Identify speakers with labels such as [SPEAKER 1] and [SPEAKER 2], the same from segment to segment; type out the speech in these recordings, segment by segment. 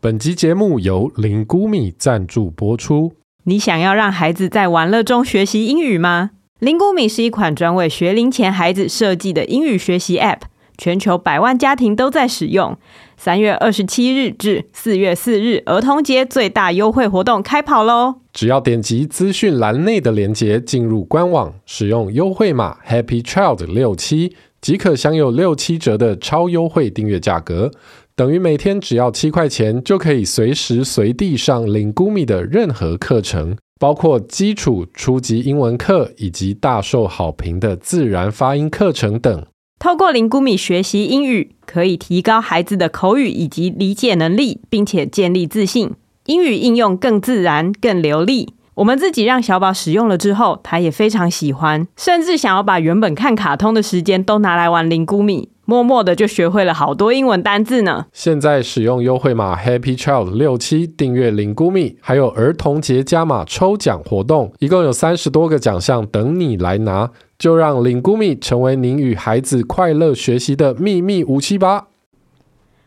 [SPEAKER 1] 本集节目由林姑米赞助播出。
[SPEAKER 2] 你想要让孩子在玩乐中学习英语吗？零谷米是一款专为学龄前孩子设计的英语学习 App，全球百万家庭都在使用。三月二十七日至四月四日儿童节最大优惠活动开跑喽！
[SPEAKER 1] 只要点击资讯栏内的链接进入官网，使用优惠码 Happy Child 六七，即可享有六七折的超优惠订阅价格，等于每天只要七块钱就可以随时随地上领 g u m i 的任何课程，包括基础、初级英文课以及大受好评的自然发音课程等。
[SPEAKER 2] 透过零谷米学习英语，可以提高孩子的口语以及理解能力，并且建立自信，英语应用更自然、更流利。我们自己让小宝使用了之后，他也非常喜欢，甚至想要把原本看卡通的时间都拿来玩零谷米，默默的就学会了好多英文单字呢。
[SPEAKER 1] 现在使用优惠码 Happy Child 六七订阅零姑蜜，还有儿童节加码抽奖活动，一共有三十多个奖项等你来拿。就让零姑蜜成为您与孩子快乐学习的秘密武器吧！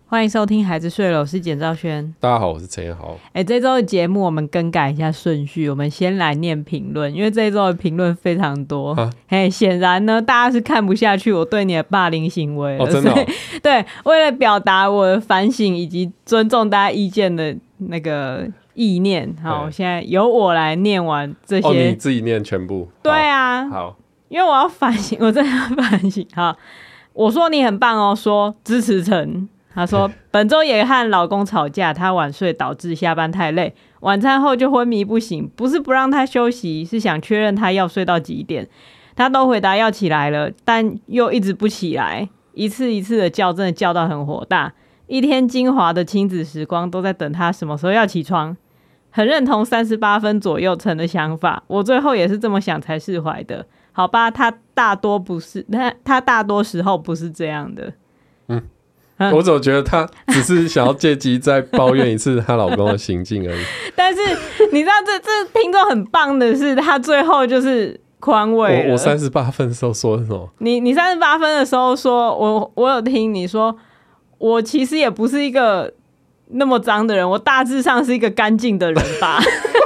[SPEAKER 2] 欢迎收听《孩子睡了》，我是简兆轩。
[SPEAKER 1] 大家好，我是陈彦豪。
[SPEAKER 2] 哎，这周的节目我们更改一下顺序，我们先来念评论，因为这一周的评论非常多
[SPEAKER 1] 啊。
[SPEAKER 2] 哎，显然呢，大家是看不下去我对你的霸凌行为了，
[SPEAKER 1] 哦，真的、
[SPEAKER 2] 所
[SPEAKER 1] 哦
[SPEAKER 2] 以，对，为了表达我的反省以及尊重大家意见的那个意念，好，
[SPEAKER 1] 对
[SPEAKER 2] 现在由我来念完这
[SPEAKER 1] 哦，你
[SPEAKER 2] 些。
[SPEAKER 1] 自己念全部。
[SPEAKER 2] 对啊，
[SPEAKER 1] 好，
[SPEAKER 2] 因为我要反省，我真的要反省。好，我说你很棒哦，说支持陈。他说本周也和老公吵架，他晚睡导致下班太累，晚餐后就昏迷不醒，不是不让他休息，是想确认他要睡到几点。他都回答要起来了，但又一直不起来，一次一次的叫，真的叫到很火大。一天精华的亲子时光都在等他什么时候要起床。很认同三十八分左右成的想法，我最后也是这么想才释怀的。好吧，他大多不是， 他他大多时候不是这样的。啊
[SPEAKER 1] 我总觉得她只是想要借机再抱怨一次她老公的行径 而已。
[SPEAKER 2] 但是你知道这这听众很棒的是，他最后就是宽慰
[SPEAKER 1] 我
[SPEAKER 2] 了
[SPEAKER 1] 我三十八分的时候说什么？
[SPEAKER 2] 你你三十八分的时候说，我我有听你说，我其实也不是一个那么脏的人，我大致上是一个干净的人吧。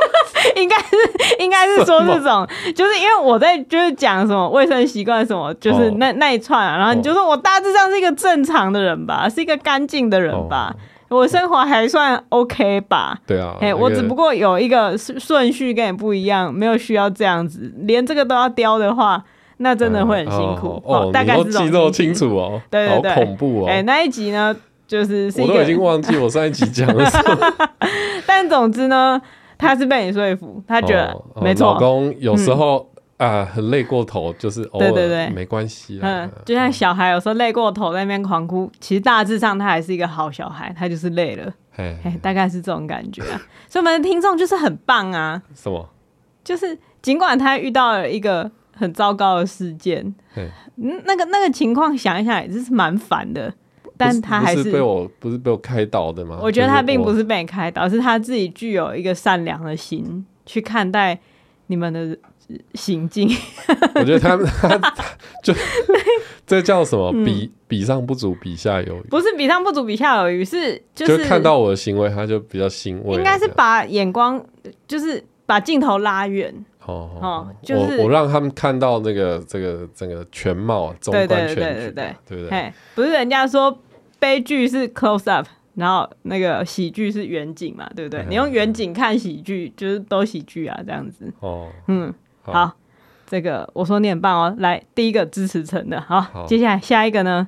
[SPEAKER 2] 应该是应该是说这种， 就是因为我在就是讲什么卫生习惯什么，就是
[SPEAKER 1] 哦
[SPEAKER 2] 那、那一串、啊，然后你就说我大致上是一个正常的人吧，是一个干净的人吧，我生活还算 OK 吧。
[SPEAKER 1] 对啊，
[SPEAKER 2] 哎、
[SPEAKER 1] 那
[SPEAKER 2] 我
[SPEAKER 1] 个
[SPEAKER 2] 只不过有一个顺顺序跟你不一样，没有需要这样子，连这个都要雕的话，那真的会很辛苦
[SPEAKER 1] 哦。哦哦
[SPEAKER 2] 大概
[SPEAKER 1] 你
[SPEAKER 2] 是
[SPEAKER 1] 都
[SPEAKER 2] 这种
[SPEAKER 1] 记录
[SPEAKER 2] 心情
[SPEAKER 1] 清。楚哦，
[SPEAKER 2] 对对对
[SPEAKER 1] 好恐怖哦。
[SPEAKER 2] 哎、那一集呢，就是是一
[SPEAKER 1] 我都已经
[SPEAKER 2] 个，
[SPEAKER 1] 忘记我上一集讲了什么。
[SPEAKER 2] 但总之呢，他是被你说服， 他觉得、
[SPEAKER 1] 哦哦
[SPEAKER 2] 没
[SPEAKER 1] 老
[SPEAKER 2] 错。嗯
[SPEAKER 1] 公有时候啊很累过头，就是偶尔
[SPEAKER 2] 对对对
[SPEAKER 1] 没关系啊啦
[SPEAKER 2] 嗯。，就像小孩有时候累过头在那边狂哭，其实大致上他还是一个好小孩，他就是累了，
[SPEAKER 1] 哎
[SPEAKER 2] 哎、大概是这种感觉啊。 所以我们的听众就是很棒啊，
[SPEAKER 1] 什么？
[SPEAKER 2] 就是尽管他遇到了一个很糟糕的事件，
[SPEAKER 1] 嘿
[SPEAKER 2] 嗯，那个那个情况想一想也是蛮烦的，但他
[SPEAKER 1] 不
[SPEAKER 2] 还
[SPEAKER 1] 是
[SPEAKER 2] 是
[SPEAKER 1] 不被我不是被我开导的吗？
[SPEAKER 2] 我觉得他并不
[SPEAKER 1] 就是
[SPEAKER 2] 被你开导，是他自己具有一个善良的心去看待你们的呃行径。
[SPEAKER 1] 我，我觉得他他他就这叫什
[SPEAKER 2] 嗯
[SPEAKER 1] 么？比比上不足，比下有余。
[SPEAKER 2] 不是比上不足，比下有余，是就
[SPEAKER 1] 就是看到我的行为，他就比较欣慰。啊
[SPEAKER 2] 应该是
[SPEAKER 1] 这样
[SPEAKER 2] 把眼光就是把镜头拉远，
[SPEAKER 1] 哦
[SPEAKER 2] 哦
[SPEAKER 1] 哦，
[SPEAKER 2] 就是
[SPEAKER 1] 我我让他们看到那个这个整个全貌，纵
[SPEAKER 2] 对对
[SPEAKER 1] 观
[SPEAKER 2] 对
[SPEAKER 1] 全
[SPEAKER 2] 对
[SPEAKER 1] 局
[SPEAKER 2] 对
[SPEAKER 1] 嘛，对不对？
[SPEAKER 2] 嘿，不是人家说悲剧是 close up。然后那个喜剧是远景嘛，对不对？
[SPEAKER 1] 嗯
[SPEAKER 2] 你用远景看喜剧，就是都喜剧啊，这样子。
[SPEAKER 1] 哦，
[SPEAKER 2] 嗯，好，这个我说你很棒哦。来，第一个支持陈的，好，
[SPEAKER 1] 好
[SPEAKER 2] 接下来下一个呢？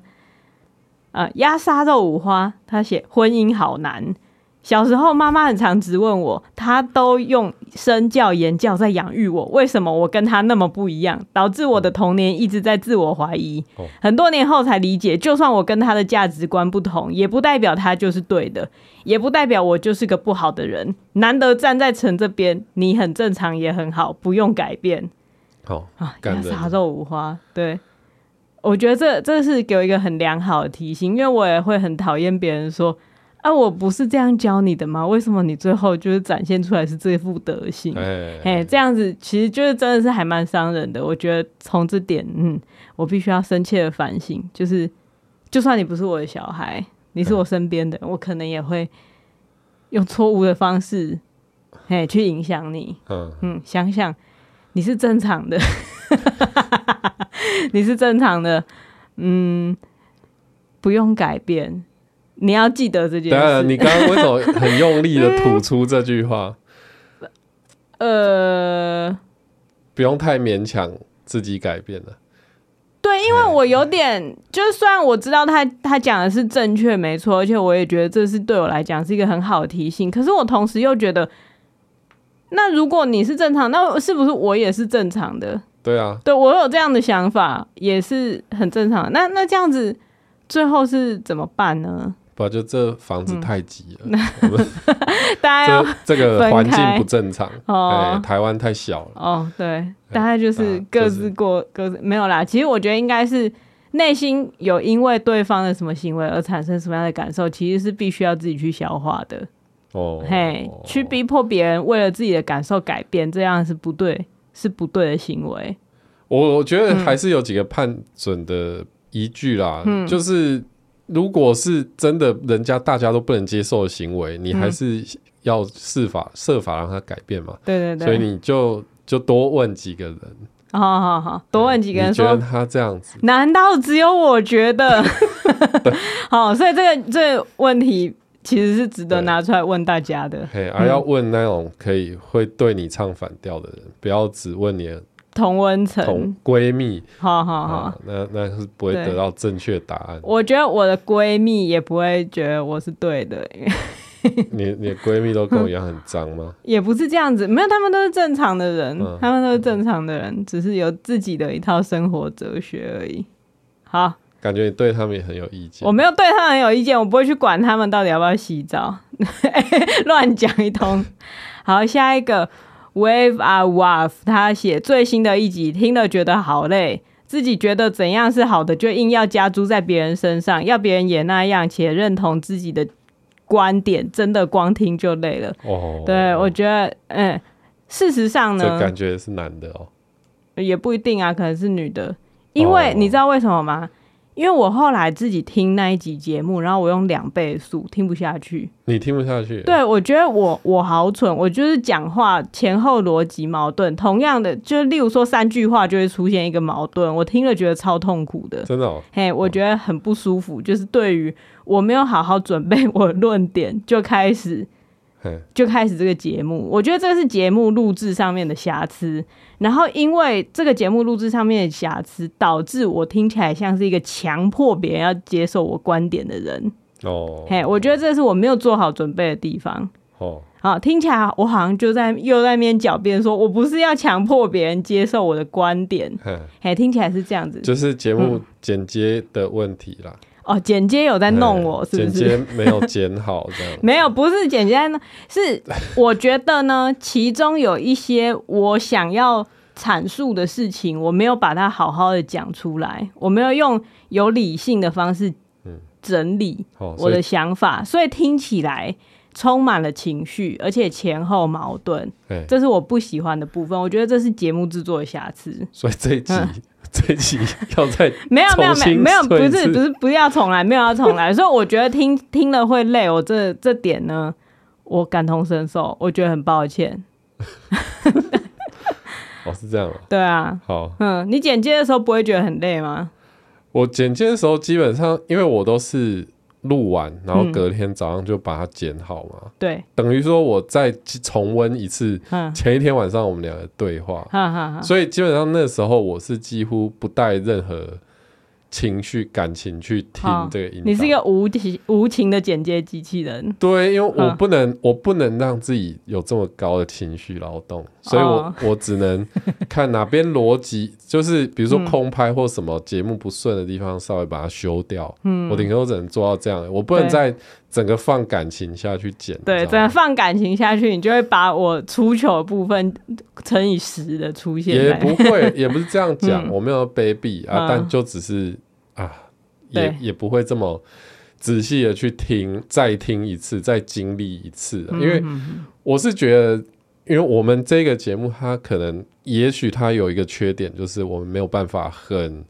[SPEAKER 2] 呃，鸭沙肉五花，他写婚姻好难。小时候，妈妈很常质问我，她都用身教言教在养育我，为什么我跟她那么不一样，导致我的童年一直在自我怀疑。
[SPEAKER 1] 哦
[SPEAKER 2] 很多年后才理解，就算我跟她的价值观不同，也不代表她就是对的，也不代表我就是个不好的人。难得站在陈这边，你很正常，也很好，不用改变。
[SPEAKER 1] 好，
[SPEAKER 2] 啊，
[SPEAKER 1] 感
[SPEAKER 2] 压
[SPEAKER 1] 人
[SPEAKER 2] 杀肉五花，对。我觉得这这是给我一个很良好的提醒，因为我也会很讨厌别人说，啊，我不是这样教你的吗？为什么你最后就是展现出来是这副德行？
[SPEAKER 1] 哎，
[SPEAKER 2] 哎，这样子其实就是真的是还蛮伤人的。我觉得从这点，嗯，我必须要深切的反省，就是就算你不是我的小孩，你是我身边的人，我可能也会用错误的方式，哎，去影响你。
[SPEAKER 1] 嗯，
[SPEAKER 2] 嗯，想想你是正常的， 你是正常的，嗯，不用改变。你要记得这件
[SPEAKER 1] 当然，
[SPEAKER 2] 事。
[SPEAKER 1] 你刚刚为什么很用力的吐出这句 话？
[SPEAKER 2] 呃，
[SPEAKER 1] 不用太勉强自己改变了。
[SPEAKER 2] 对，因为我有点，就是虽然我知道他他讲的是正确没错，而且我也觉得这是对我来讲是一个很好的提醒，可是我同时又觉得，那如果你是正常，那是不是我也是正常的？
[SPEAKER 1] 对啊，
[SPEAKER 2] 对我有这样的想法，也是很正常的。那那这样子，最后是怎么办呢？
[SPEAKER 1] 不然就这房子太挤了， 我们
[SPEAKER 2] 大家要
[SPEAKER 1] 这这个环
[SPEAKER 2] 分
[SPEAKER 1] 境
[SPEAKER 2] 开
[SPEAKER 1] 不正常，哎、
[SPEAKER 2] 哦
[SPEAKER 1] 台湾太小了。
[SPEAKER 2] 哦，对，大家就是
[SPEAKER 1] 啊
[SPEAKER 2] 各
[SPEAKER 1] 就是
[SPEAKER 2] 自过、各自没有啦。其实我觉得应该是内心有因为对方的什么行为而产生什么样的感受，其实是必须要自己去消化的。
[SPEAKER 1] 哦，
[SPEAKER 2] 嘿，去逼迫别人为了自己的感受改变，这样是不对，是不对的行为。
[SPEAKER 1] 我我觉得还是有几个判准的依据啦，
[SPEAKER 2] 嗯
[SPEAKER 1] 就是如果是真的人家大家都不能接受的行为，你还是要设法设法让他改变嘛，
[SPEAKER 2] 嗯对对
[SPEAKER 1] 所以
[SPEAKER 2] 对，
[SPEAKER 1] 你就就多问几个人，
[SPEAKER 2] 好好好，多问几个
[SPEAKER 1] 哎
[SPEAKER 2] 人
[SPEAKER 1] 你觉得
[SPEAKER 2] 说，
[SPEAKER 1] 他这样子，
[SPEAKER 2] 难道只有我觉 得？ 好，所以这个这个问题其实是值得
[SPEAKER 1] 对
[SPEAKER 2] 拿出来问大家的。
[SPEAKER 1] 嘿，而、要问那种可以会对你唱反调的人，不要只问你的
[SPEAKER 2] 同温层
[SPEAKER 1] 同，闺蜜
[SPEAKER 2] 好好好。
[SPEAKER 1] 啊，那那是不会
[SPEAKER 2] 哦对
[SPEAKER 1] 得到正确答案。
[SPEAKER 2] 我觉得我的闺蜜也不会觉得我是对的，
[SPEAKER 1] 你你的闺蜜都跟我一样很脏吗？
[SPEAKER 2] 也不是这样子，没有，他们都是正常的人，
[SPEAKER 1] 嗯
[SPEAKER 2] 他们都是正常的人，只是有自己的一套生活哲学而已。好，
[SPEAKER 1] 感觉你对他们也很有意见
[SPEAKER 2] 我。没有对他们有意见，我不会去管他们到底要不要洗澡， 乱讲一通。好，下一个 Wave a Wave，他写最新的一集听了觉得好累，自己觉得怎样是好的，就硬要加诸在别人身上，要别人也那样，且认同自己的观点，真的光听就累了。
[SPEAKER 1] 哦，
[SPEAKER 2] 对，我觉得，嗯，事实上
[SPEAKER 1] 这
[SPEAKER 2] 呢，
[SPEAKER 1] 感觉是男的哦。
[SPEAKER 2] 也不一定啊，可能是女的。因为
[SPEAKER 1] 哦
[SPEAKER 2] 你知道为什么吗？因为我后来自己听那一集节目，然后我用两倍速听不下去。
[SPEAKER 1] 你听不下去？，
[SPEAKER 2] 对，我觉得我我好蠢，我就是讲话前后逻辑矛盾。同样的，就例如说三句话就会出现一个矛盾，我听了觉得超痛苦的。
[SPEAKER 1] 真的哦。
[SPEAKER 2] 嘿，我觉得很不舒服，就是对于我没有好好准备我的论点就开始
[SPEAKER 1] 嘿，
[SPEAKER 2] 就开始这个节目，我觉得这是节目录制上面的瑕疵。然后因为这个节目录制上面的瑕疵，导致我听起来像是一个强迫别人要接受我观点的人。
[SPEAKER 1] 哦，
[SPEAKER 2] 嘿，我觉得这是我没有做好准备的地方。
[SPEAKER 1] 哦，
[SPEAKER 2] 好，听起来我好像就在又在那边狡辩，说我不是要强迫别人接受我的观点。
[SPEAKER 1] 嘿，
[SPEAKER 2] 嘿，听起来是这样子。
[SPEAKER 1] 就是节目剪接的问题啦。
[SPEAKER 2] 哦，剪接有嗯在弄我，
[SPEAKER 1] 嘿
[SPEAKER 2] 是不是？
[SPEAKER 1] 剪接没有剪好，这样
[SPEAKER 2] 没有，不是简单的， 是我觉得呢，其中有一些我想要阐述的事情，我没有把它好好的讲出来，我没有用有理性的方式整理
[SPEAKER 1] 哦，
[SPEAKER 2] 我
[SPEAKER 1] 所
[SPEAKER 2] 的
[SPEAKER 1] 以
[SPEAKER 2] 想法，所以听起来充满了情绪，而且前后矛盾，
[SPEAKER 1] 嘿，
[SPEAKER 2] 这是我不喜欢的部分。我觉得这是节目制作的瑕疵。
[SPEAKER 1] 所以这一集
[SPEAKER 2] 嗯
[SPEAKER 1] 这一集要再
[SPEAKER 2] 没有没有
[SPEAKER 1] 重
[SPEAKER 2] 没有
[SPEAKER 1] 新
[SPEAKER 2] 没有，不
[SPEAKER 1] 说一
[SPEAKER 2] 是
[SPEAKER 1] 次
[SPEAKER 2] 不是不是要重来，没有要重 来。所以我觉得听听了会累，我这这点呢，我感同身受，我觉得很抱歉。
[SPEAKER 1] 哦，是这样哦。
[SPEAKER 2] 对啊，
[SPEAKER 1] 好，
[SPEAKER 2] 嗯，你剪接的时候不会觉得很累吗？
[SPEAKER 1] 我剪接的时候基本上，因为我都是录完，然
[SPEAKER 2] 嗯
[SPEAKER 1] 后隔天早上就把它剪好嘛，
[SPEAKER 2] 对，
[SPEAKER 1] 等于说我再重温一次
[SPEAKER 2] 嗯，
[SPEAKER 1] 前一天晚上我们俩的对话，
[SPEAKER 2] 哈哈哈，
[SPEAKER 1] 所以基本上那时候我是几乎不带任何情绪、感情去听
[SPEAKER 2] 哦
[SPEAKER 1] 这个音档。
[SPEAKER 2] 你是一个无情无情的剪接机器人。
[SPEAKER 1] 对，因为我
[SPEAKER 2] 嗯
[SPEAKER 1] 不能，我不能让自己有这么高的情绪劳动，所以我、
[SPEAKER 2] 哦
[SPEAKER 1] 我只 能看哪边逻辑，就是比
[SPEAKER 2] 嗯
[SPEAKER 1] 如说空拍或什么节目不顺的地方，稍微把它修掉。嗯，我顶多只能做到这样，我不能
[SPEAKER 2] 对
[SPEAKER 1] 再整个放感情下去剪。
[SPEAKER 2] 对，
[SPEAKER 1] 你知
[SPEAKER 2] 真
[SPEAKER 1] 道吗
[SPEAKER 2] 的放感情下去，你就会把我出糗的部分乘以十的出现
[SPEAKER 1] 也
[SPEAKER 2] 在。
[SPEAKER 1] 不会，也不是这样 讲，我没有卑鄙啊，
[SPEAKER 2] 嗯
[SPEAKER 1] 但就只是啊，也
[SPEAKER 2] 对
[SPEAKER 1] 也不会这么仔细的去听，再听一次，再经历一次啊、因为我是觉得，因为我们这个节目，它可能也许它有一个缺点，就是我们没有办法很。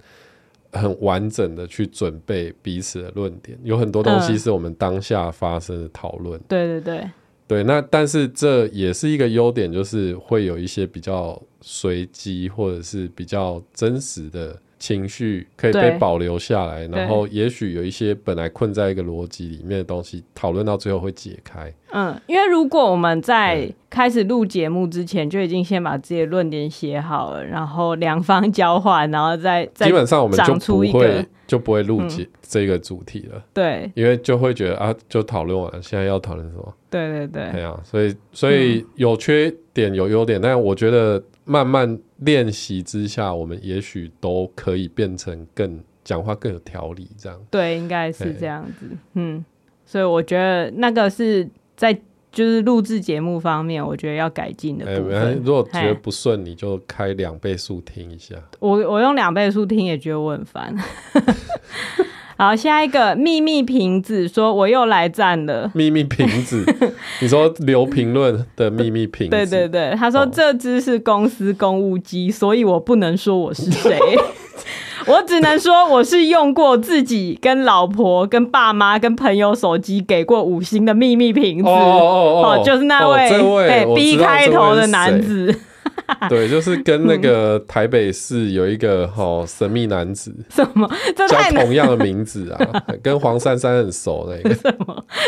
[SPEAKER 1] 很完整的去准备彼此的论点，有很多东西
[SPEAKER 2] 嗯
[SPEAKER 1] 是我们当下发生的讨论，
[SPEAKER 2] 对对对，
[SPEAKER 1] 对，那但是这也是一个优点，就是会有一些比较随机或者是比较真实的情绪可以被
[SPEAKER 2] 对
[SPEAKER 1] 保留下来，
[SPEAKER 2] 对
[SPEAKER 1] 然后也许有一些本来困在一个逻辑里面的东西，讨论到最后会解开。
[SPEAKER 2] 嗯，因为如果我们在
[SPEAKER 1] 对
[SPEAKER 2] 开始录节目之前就已经先把自己的论点写好了，然后两方交换，然后再再
[SPEAKER 1] 基本上我们就
[SPEAKER 2] 长出
[SPEAKER 1] 不
[SPEAKER 2] 一个嗯
[SPEAKER 1] 会就不会录解这个主题了，
[SPEAKER 2] 对
[SPEAKER 1] 因为就会觉得啊，就讨论完了，现在要讨论什么？
[SPEAKER 2] 对对对
[SPEAKER 1] 对啊，所以所以有缺点有优点，但我觉得慢慢练习之下，我们也许都可以变成更讲话更有条理这样。
[SPEAKER 2] 对，应该是
[SPEAKER 1] 对
[SPEAKER 2] 这样子。嗯，所以我觉得那个是在就是录制节目方面，我觉得要改进的
[SPEAKER 1] 哎，
[SPEAKER 2] 部
[SPEAKER 1] 没关系
[SPEAKER 2] 分。
[SPEAKER 1] 如果觉得
[SPEAKER 2] 嘿
[SPEAKER 1] 不顺，你就开两倍速听一下。
[SPEAKER 2] 我我用两倍速听也觉得我很烦。 好，下一个秘密瓶子说我又来站了。
[SPEAKER 1] 秘密瓶 子，你说留评论的秘密瓶子，
[SPEAKER 2] 对对对，他说
[SPEAKER 1] 哦
[SPEAKER 2] 这只是公司公务机，所以我不能说我是 谁，我只能说我是用过自己、跟老婆、跟爸妈、跟朋友手机给过五星的秘密瓶子。
[SPEAKER 1] 哦哦哦
[SPEAKER 2] 哦，就是那
[SPEAKER 1] 哦
[SPEAKER 2] 位，
[SPEAKER 1] 这位
[SPEAKER 2] 对
[SPEAKER 1] 我
[SPEAKER 2] ，B
[SPEAKER 1] 知道
[SPEAKER 2] 开
[SPEAKER 1] 这位
[SPEAKER 2] 头
[SPEAKER 1] 是
[SPEAKER 2] 的男
[SPEAKER 1] 谁
[SPEAKER 2] 子，
[SPEAKER 1] 对，就是跟
[SPEAKER 2] 嗯
[SPEAKER 1] 那个台北市有一个哈、吼神秘男子
[SPEAKER 2] 什么？这
[SPEAKER 1] 叫
[SPEAKER 2] 太难
[SPEAKER 1] 同样的名字啊，跟黄珊珊很熟 那个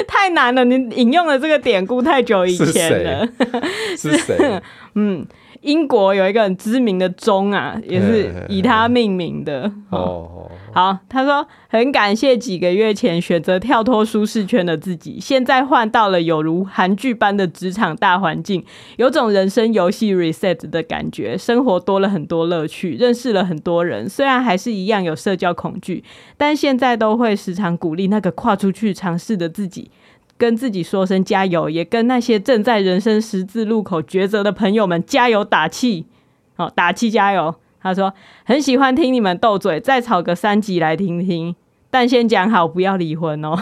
[SPEAKER 2] 太难了，你引用了这个典故太久以
[SPEAKER 1] 是
[SPEAKER 2] 前
[SPEAKER 1] 谁
[SPEAKER 2] 了。？
[SPEAKER 1] 是谁？
[SPEAKER 2] 英国有一个很知名的钟啊，也
[SPEAKER 1] 嘿嘿
[SPEAKER 2] 是以他命名的。
[SPEAKER 1] 哦，
[SPEAKER 2] 好，他说很感谢几个月前选择跳脱舒适圈的自己，现在换到了有如韩剧般的职场大环境，有种人生游戏 reset 的感觉，生活多了很多乐趣，认识了很多人，虽然还是一样有社交恐惧，但现在都会时常鼓励那个跨出去尝试的自己。跟自己说声加油，也跟那些正在人生十字路口抉择的朋友们加油打气。好、打气加油！他说很喜欢听你们斗嘴，再吵个三集来听听，但先讲好不要离 婚哦。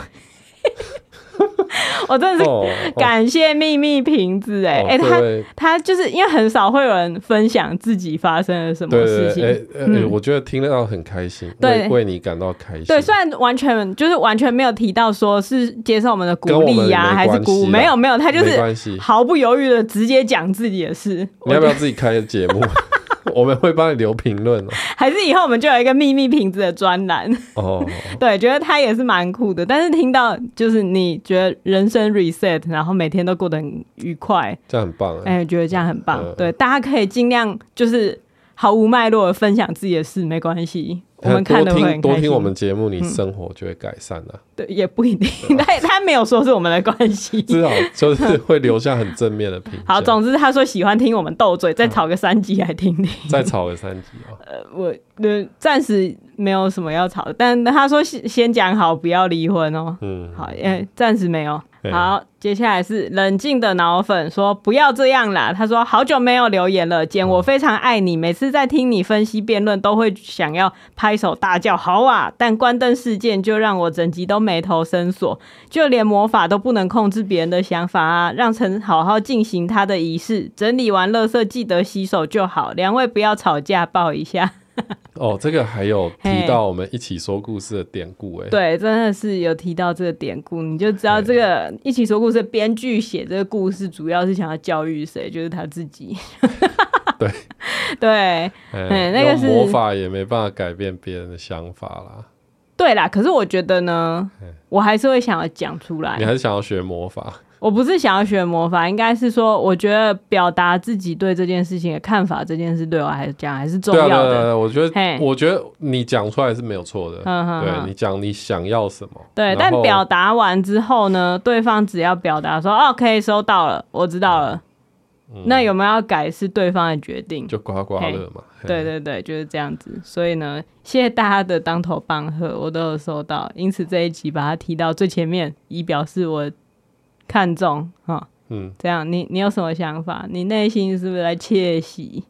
[SPEAKER 2] 我真的是
[SPEAKER 1] 哦，
[SPEAKER 2] 感谢秘密瓶子哎、
[SPEAKER 1] 哦
[SPEAKER 2] 哎、
[SPEAKER 1] 这位
[SPEAKER 2] 他他就是因为很少会有人分享自己发生了什么
[SPEAKER 1] 对对
[SPEAKER 2] 事情，嗯
[SPEAKER 1] 对，哎、哎哎我觉得听得到很开心，
[SPEAKER 2] 对
[SPEAKER 1] 为为你感到开心。
[SPEAKER 2] 对，虽然完全就是完全没有提到说是接受我们的鼓
[SPEAKER 1] 跟我们
[SPEAKER 2] 励呀、
[SPEAKER 1] 没
[SPEAKER 2] 还是
[SPEAKER 1] 关
[SPEAKER 2] 鼓舞，
[SPEAKER 1] 系
[SPEAKER 2] 没
[SPEAKER 1] 啦
[SPEAKER 2] 有没有，他就
[SPEAKER 1] 没
[SPEAKER 2] 是
[SPEAKER 1] 关系，
[SPEAKER 2] 毫不犹豫的直接讲自己的事。
[SPEAKER 1] 你
[SPEAKER 2] 我
[SPEAKER 1] 要
[SPEAKER 2] 觉
[SPEAKER 1] 不
[SPEAKER 2] 得
[SPEAKER 1] 要自己开个节目？ 我们会帮你留评论哦。
[SPEAKER 2] 还是以后我们就有一个秘密瓶子的专栏，
[SPEAKER 1] 哦，
[SPEAKER 2] 对，觉得他也是蛮酷的。但是听到就是你觉得人生 reset，然后每天都过得很愉快，
[SPEAKER 1] 这样很棒哎、
[SPEAKER 2] 哎、觉得这样很棒。
[SPEAKER 1] 嗯
[SPEAKER 2] 对，大家可以尽量就是毫无脉络的分享自己的事，没关系，我们看
[SPEAKER 1] 哎多
[SPEAKER 2] 的会很开心。
[SPEAKER 1] 听
[SPEAKER 2] 嗯
[SPEAKER 1] 多听我们节目，你生活就会改善了、
[SPEAKER 2] 对也不一定，他他没有说是我们的关系。
[SPEAKER 1] 至少 就是会留下很正面的评价。
[SPEAKER 2] 好，总之他说喜欢听我们斗嘴，再吵个三集来听 听。
[SPEAKER 1] 再吵个三集啊、
[SPEAKER 2] 呃我呃暂时没有什么要吵的，但他说先先讲好，不要离婚哦。
[SPEAKER 1] 嗯，
[SPEAKER 2] 好，哎，暂时没有。
[SPEAKER 1] 对啊
[SPEAKER 2] 好，接下来是冷静的脑粉说不要这样啦。他说好久没有留言了，简我非常爱你，每次在听你分析辩论都会想要拍手大叫好啊，但关灯事件就让我整集都眉头深锁，就连魔法都不能控制别人的想法啊，让陈好好进行他的仪式，整理完垃圾记得洗手就好，两位不要吵架，抱一下。
[SPEAKER 1] 哦，这个还有
[SPEAKER 2] 嘿
[SPEAKER 1] 提到我们一起说故事的典故哎、
[SPEAKER 2] 对，真的是有提到这个典故，你就知道这个一起说故事编剧写这个故事，主要是想要教育谁，就是他 自己。
[SPEAKER 1] 对
[SPEAKER 2] 对
[SPEAKER 1] 哎
[SPEAKER 2] 哎那个
[SPEAKER 1] 用
[SPEAKER 2] 是
[SPEAKER 1] 魔法也没办法改变别人的想法啦。
[SPEAKER 2] 对啦，可是我觉得呢，我还是会想要讲出来
[SPEAKER 1] 嗯你。还是想要学魔法？
[SPEAKER 2] 我不是想要学魔法，应该是说，我觉得表达自己对这件事情的看法，这件事对我来讲还是重
[SPEAKER 1] 对啊，对
[SPEAKER 2] 要
[SPEAKER 1] 啊，对
[SPEAKER 2] 的。
[SPEAKER 1] 啊我觉
[SPEAKER 2] 嘿
[SPEAKER 1] 得，我觉得你讲出来是没有错的。
[SPEAKER 2] 嗯嗯
[SPEAKER 1] 对
[SPEAKER 2] 嗯
[SPEAKER 1] 你讲你想要什么，
[SPEAKER 2] 对，
[SPEAKER 1] 然
[SPEAKER 2] 但
[SPEAKER 1] 后
[SPEAKER 2] 表达完之后呢，对方只要表达说哦，可以收到了，我知道了。
[SPEAKER 1] 嗯
[SPEAKER 2] 那有没有要改是对方的决定，
[SPEAKER 1] 就刮刮乐嘛。嘿
[SPEAKER 2] 对，对对，就是这样子。所以呢，谢谢大家的当头棒喝，我都有收到，因此这一集把它提到最前面，以表示我看重哈。
[SPEAKER 1] 嗯，
[SPEAKER 2] 这样，你你有什么想法？你内心是不是在窃喜？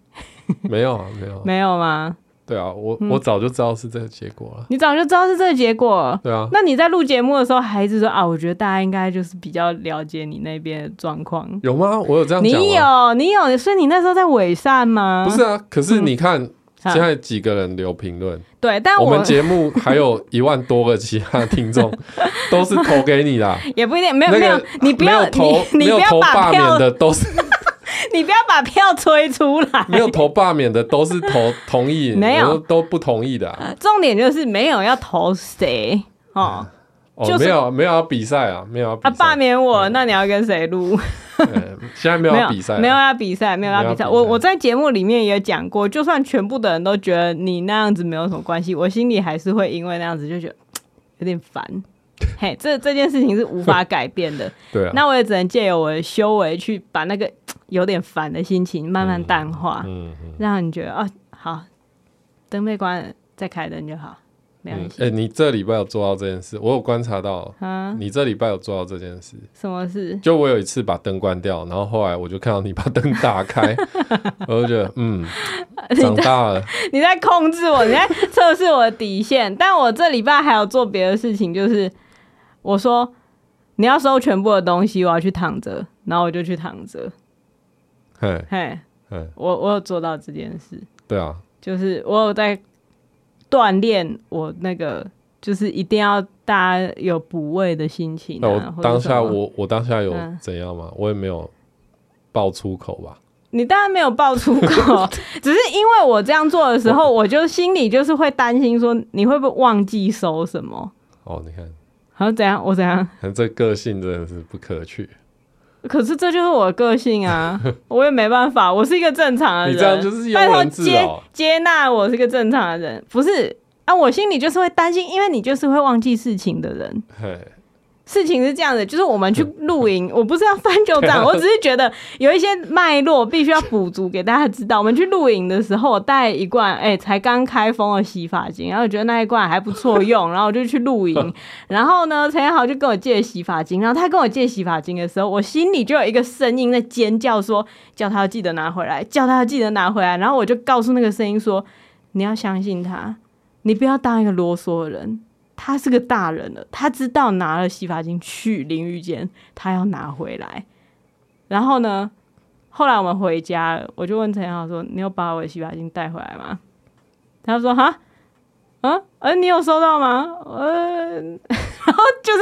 [SPEAKER 1] 没有啊，没 有啊。
[SPEAKER 2] 没有吗？
[SPEAKER 1] 对啊，我我
[SPEAKER 2] 嗯
[SPEAKER 1] 早就知道是这个结果了。
[SPEAKER 2] 你早就知道是这个结果。
[SPEAKER 1] 对啊，
[SPEAKER 2] 那你在录节目的时候，还一直说啊，我觉得大家应该就是比较了解你那边的状况。
[SPEAKER 1] 有吗？我有这样
[SPEAKER 2] 你
[SPEAKER 1] 讲吗？
[SPEAKER 2] 有，你有，所以你那时候在伪善吗？嗯
[SPEAKER 1] 不是啊，可是你看，
[SPEAKER 2] 哈
[SPEAKER 1] 现在几个人留评论？
[SPEAKER 2] 对，但
[SPEAKER 1] 我
[SPEAKER 2] 我
[SPEAKER 1] 们节目还 有一万多个其他听众都是投给你啦。
[SPEAKER 2] 也不一定没有、
[SPEAKER 1] 那
[SPEAKER 2] 没
[SPEAKER 1] 个
[SPEAKER 2] 有，你不
[SPEAKER 1] 没
[SPEAKER 2] 要
[SPEAKER 1] 有投
[SPEAKER 2] 你
[SPEAKER 1] 没
[SPEAKER 2] 你
[SPEAKER 1] 有
[SPEAKER 2] 不要
[SPEAKER 1] 投
[SPEAKER 2] 把
[SPEAKER 1] 罢
[SPEAKER 2] 票
[SPEAKER 1] 免的都是
[SPEAKER 2] 你不要把票吹出来。
[SPEAKER 1] 没有投罢免的都是投同意，
[SPEAKER 2] 没有
[SPEAKER 1] 我都都不同意的啊、
[SPEAKER 2] 重点就是没有要投谁哦
[SPEAKER 1] 哦，
[SPEAKER 2] 就是
[SPEAKER 1] 没有没有要比赛啊，没有要比
[SPEAKER 2] 啊！
[SPEAKER 1] 赛
[SPEAKER 2] 罢免我，那你要跟谁录？
[SPEAKER 1] 对现在没有
[SPEAKER 2] 没
[SPEAKER 1] 要
[SPEAKER 2] 有
[SPEAKER 1] 比赛啊，
[SPEAKER 2] 没有要比赛，没有要
[SPEAKER 1] 没有
[SPEAKER 2] 比
[SPEAKER 1] 要
[SPEAKER 2] 赛。
[SPEAKER 1] 比
[SPEAKER 2] 我
[SPEAKER 1] 赛
[SPEAKER 2] 我在节目里面也讲过，就算全部的人都觉得你那样子没有什么关系，我心里还是会因为那样子就觉得有点烦。嘿，这这件事情是无法改变的，
[SPEAKER 1] 对啊，
[SPEAKER 2] 那我也只能借由我的修为去把那个有点烦的心情慢慢淡化，
[SPEAKER 1] 嗯嗯
[SPEAKER 2] 让你觉得啊，好，灯被关了，再开灯就好，没关
[SPEAKER 1] 嗯，
[SPEAKER 2] 系。
[SPEAKER 1] 哎，你这礼拜有做到这件事，我有观察到，
[SPEAKER 2] 啊，
[SPEAKER 1] 你这礼拜有做到这件事。
[SPEAKER 2] 什么事？
[SPEAKER 1] 就我有一次把灯关掉，然后后来我就看到你把灯打 开，我就觉得嗯，长大了，
[SPEAKER 2] 你在控制我，你在测试我的底线。但我这礼拜还有做别的事情，就是我说你要收全部的东西，我要去躺着，然后我就去躺着。
[SPEAKER 1] 嘿，
[SPEAKER 2] 嘿，
[SPEAKER 1] 嗯，
[SPEAKER 2] 我我有做到这件事，
[SPEAKER 1] 对啊，
[SPEAKER 2] 就是我有在锻炼我那个，就是一定要大家有补位的心情、
[SPEAKER 1] 那
[SPEAKER 2] 啊。
[SPEAKER 1] 我
[SPEAKER 2] 或者
[SPEAKER 1] 当下
[SPEAKER 2] 什么
[SPEAKER 1] 我我当下有
[SPEAKER 2] 嗯
[SPEAKER 1] 怎样吗？我也没有爆粗口吧，
[SPEAKER 2] 你当然没有爆粗口， 只是因为我这样做的时候，我就心里就是会担心说你会不会忘记收什么，
[SPEAKER 1] 哦，你看，
[SPEAKER 2] 然后怎样我怎样。
[SPEAKER 1] 看这个性真的是不可 取，
[SPEAKER 2] 可是这就是我的个 性啊，我也没办法，我是一个正常的人。
[SPEAKER 1] 你这样就是
[SPEAKER 2] 哎
[SPEAKER 1] 庸
[SPEAKER 2] 拜托
[SPEAKER 1] 人自
[SPEAKER 2] 接
[SPEAKER 1] 扰，
[SPEAKER 2] 接纳我是个正常的人，不是啊？我心里就是会担心，因为你就是会忘记事情的人。
[SPEAKER 1] 嘿，
[SPEAKER 2] 事情是这样的，就是我们去露营，我不是要翻旧账，我只是觉得有一些脉络必须要补足给大家知道。我们去露营的时候，我带一罐哎、才刚开封的洗发精，然后我觉得那一罐还不错用，然后我就去露营。然后呢，陈彦豪就跟我借洗发精，然后他跟我借洗发精的时候，我心里就有一个声音在尖叫说，叫他要记得拿回来，叫他要记得拿回来。然后我就告诉那个声音说，你要相信他，你不要当一个啰嗦的人。他是个大人了，他知道拿了洗发精去淋浴间，他要拿回来。然后呢，后来我们回家了，我就问陈浩说：“你有把我的洗发精带回来吗？”他说：“哈，啊，呃，你有收到吗？呃， 然后就是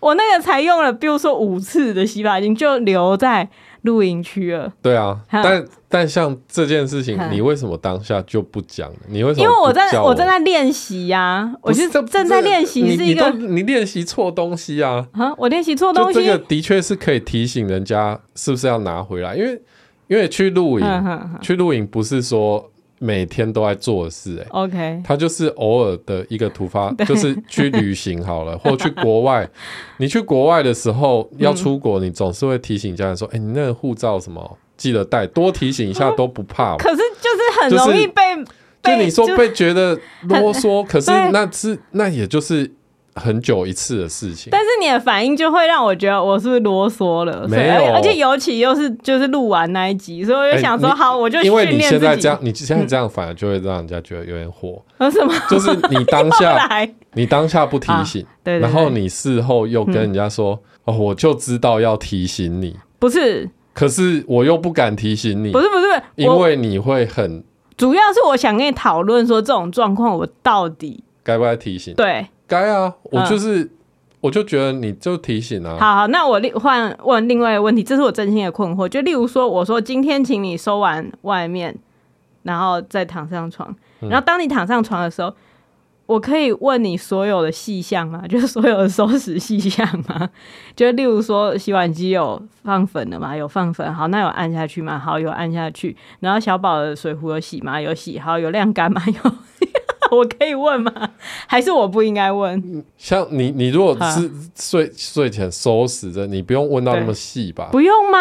[SPEAKER 2] 我那个才用了，比如说五次的洗发精，就留在露营区了。”
[SPEAKER 1] 对啊，
[SPEAKER 2] 哈
[SPEAKER 1] 但但像这件事情
[SPEAKER 2] 哈，
[SPEAKER 1] 你为什么当下就不讲呢？你为什么
[SPEAKER 2] 因为我
[SPEAKER 1] 不
[SPEAKER 2] 在
[SPEAKER 1] 叫
[SPEAKER 2] 我
[SPEAKER 1] 我
[SPEAKER 2] 正在练习呀、我
[SPEAKER 1] 不是
[SPEAKER 2] 是
[SPEAKER 1] 这
[SPEAKER 2] 正在
[SPEAKER 1] 这
[SPEAKER 2] 练习，
[SPEAKER 1] 你
[SPEAKER 2] 是一
[SPEAKER 1] 你
[SPEAKER 2] 个
[SPEAKER 1] 都你练习错东西啊！
[SPEAKER 2] 啊，我练习错东
[SPEAKER 1] 就
[SPEAKER 2] 西。
[SPEAKER 1] 这个的确是可以提醒人家是不是要拿回来，因为因为去露营，
[SPEAKER 2] 嗯哼哼
[SPEAKER 1] 去露营不是说每天都在做的事、欸，
[SPEAKER 2] ，OK，
[SPEAKER 1] 它就是偶尔的一个突 发，就是去旅行好了，或去国外。你去国外的时候要出国，你总是会提醒家人说：“哎、你那个护照什么记得带，多提醒一下都不怕。”
[SPEAKER 2] 可是就是很
[SPEAKER 1] 就是
[SPEAKER 2] 容易被、
[SPEAKER 1] 就
[SPEAKER 2] 被
[SPEAKER 1] 你说
[SPEAKER 2] 就
[SPEAKER 1] 被觉得啰嗦，可是
[SPEAKER 2] 对
[SPEAKER 1] 那是那也就是很久一次的事情。
[SPEAKER 2] 但是你的反应就会让我觉得我是不是啰嗦了，所以
[SPEAKER 1] 没有
[SPEAKER 2] 而且尤其又是就是录完那一集，所以我就
[SPEAKER 1] 哎
[SPEAKER 2] 想说，
[SPEAKER 1] 你
[SPEAKER 2] 好，我就训
[SPEAKER 1] 因为你
[SPEAKER 2] 练
[SPEAKER 1] 现
[SPEAKER 2] 自己。
[SPEAKER 1] 在这样，你现在这样反而就会让人家觉得有点火，
[SPEAKER 2] 呃什么？
[SPEAKER 1] 就是你当
[SPEAKER 2] 后
[SPEAKER 1] 下
[SPEAKER 2] 来
[SPEAKER 1] 你当下不提醒，
[SPEAKER 2] 啊对对对嗯
[SPEAKER 1] 然后你事后又跟人家说、哦，我就知道要提醒你，
[SPEAKER 2] 不是
[SPEAKER 1] 可是我又不敢提醒你
[SPEAKER 2] 不，是不是，
[SPEAKER 1] 因
[SPEAKER 2] 我
[SPEAKER 1] 为你会很
[SPEAKER 2] 主要是我想跟你讨论说这种状况我到底
[SPEAKER 1] 该不该提醒？
[SPEAKER 2] 对。
[SPEAKER 1] 该啊，我
[SPEAKER 2] 嗯
[SPEAKER 1] 就是、我就觉得你就提醒啊，
[SPEAKER 2] 好好，那我另换问另外一个问题，这是我真心的困惑。就例如说，我说今天请你收完外面，然后再躺上床，然后当你躺上床的时候，我可以问你所有的细项吗？ 就是所有的收拾细项吗？ 就例如说，洗碗机有放粉了吗？有放粉，好，那有按下去吗？好，有按下去。然后小宝的水壶有洗吗？有洗。好，有晾干吗？ 有。我可以问吗？还是我不应该问？
[SPEAKER 1] 像你你如果
[SPEAKER 2] 啊
[SPEAKER 1] 是睡睡前收拾着，你不用问到那
[SPEAKER 2] 对
[SPEAKER 1] 么细吧，
[SPEAKER 2] 不用吗？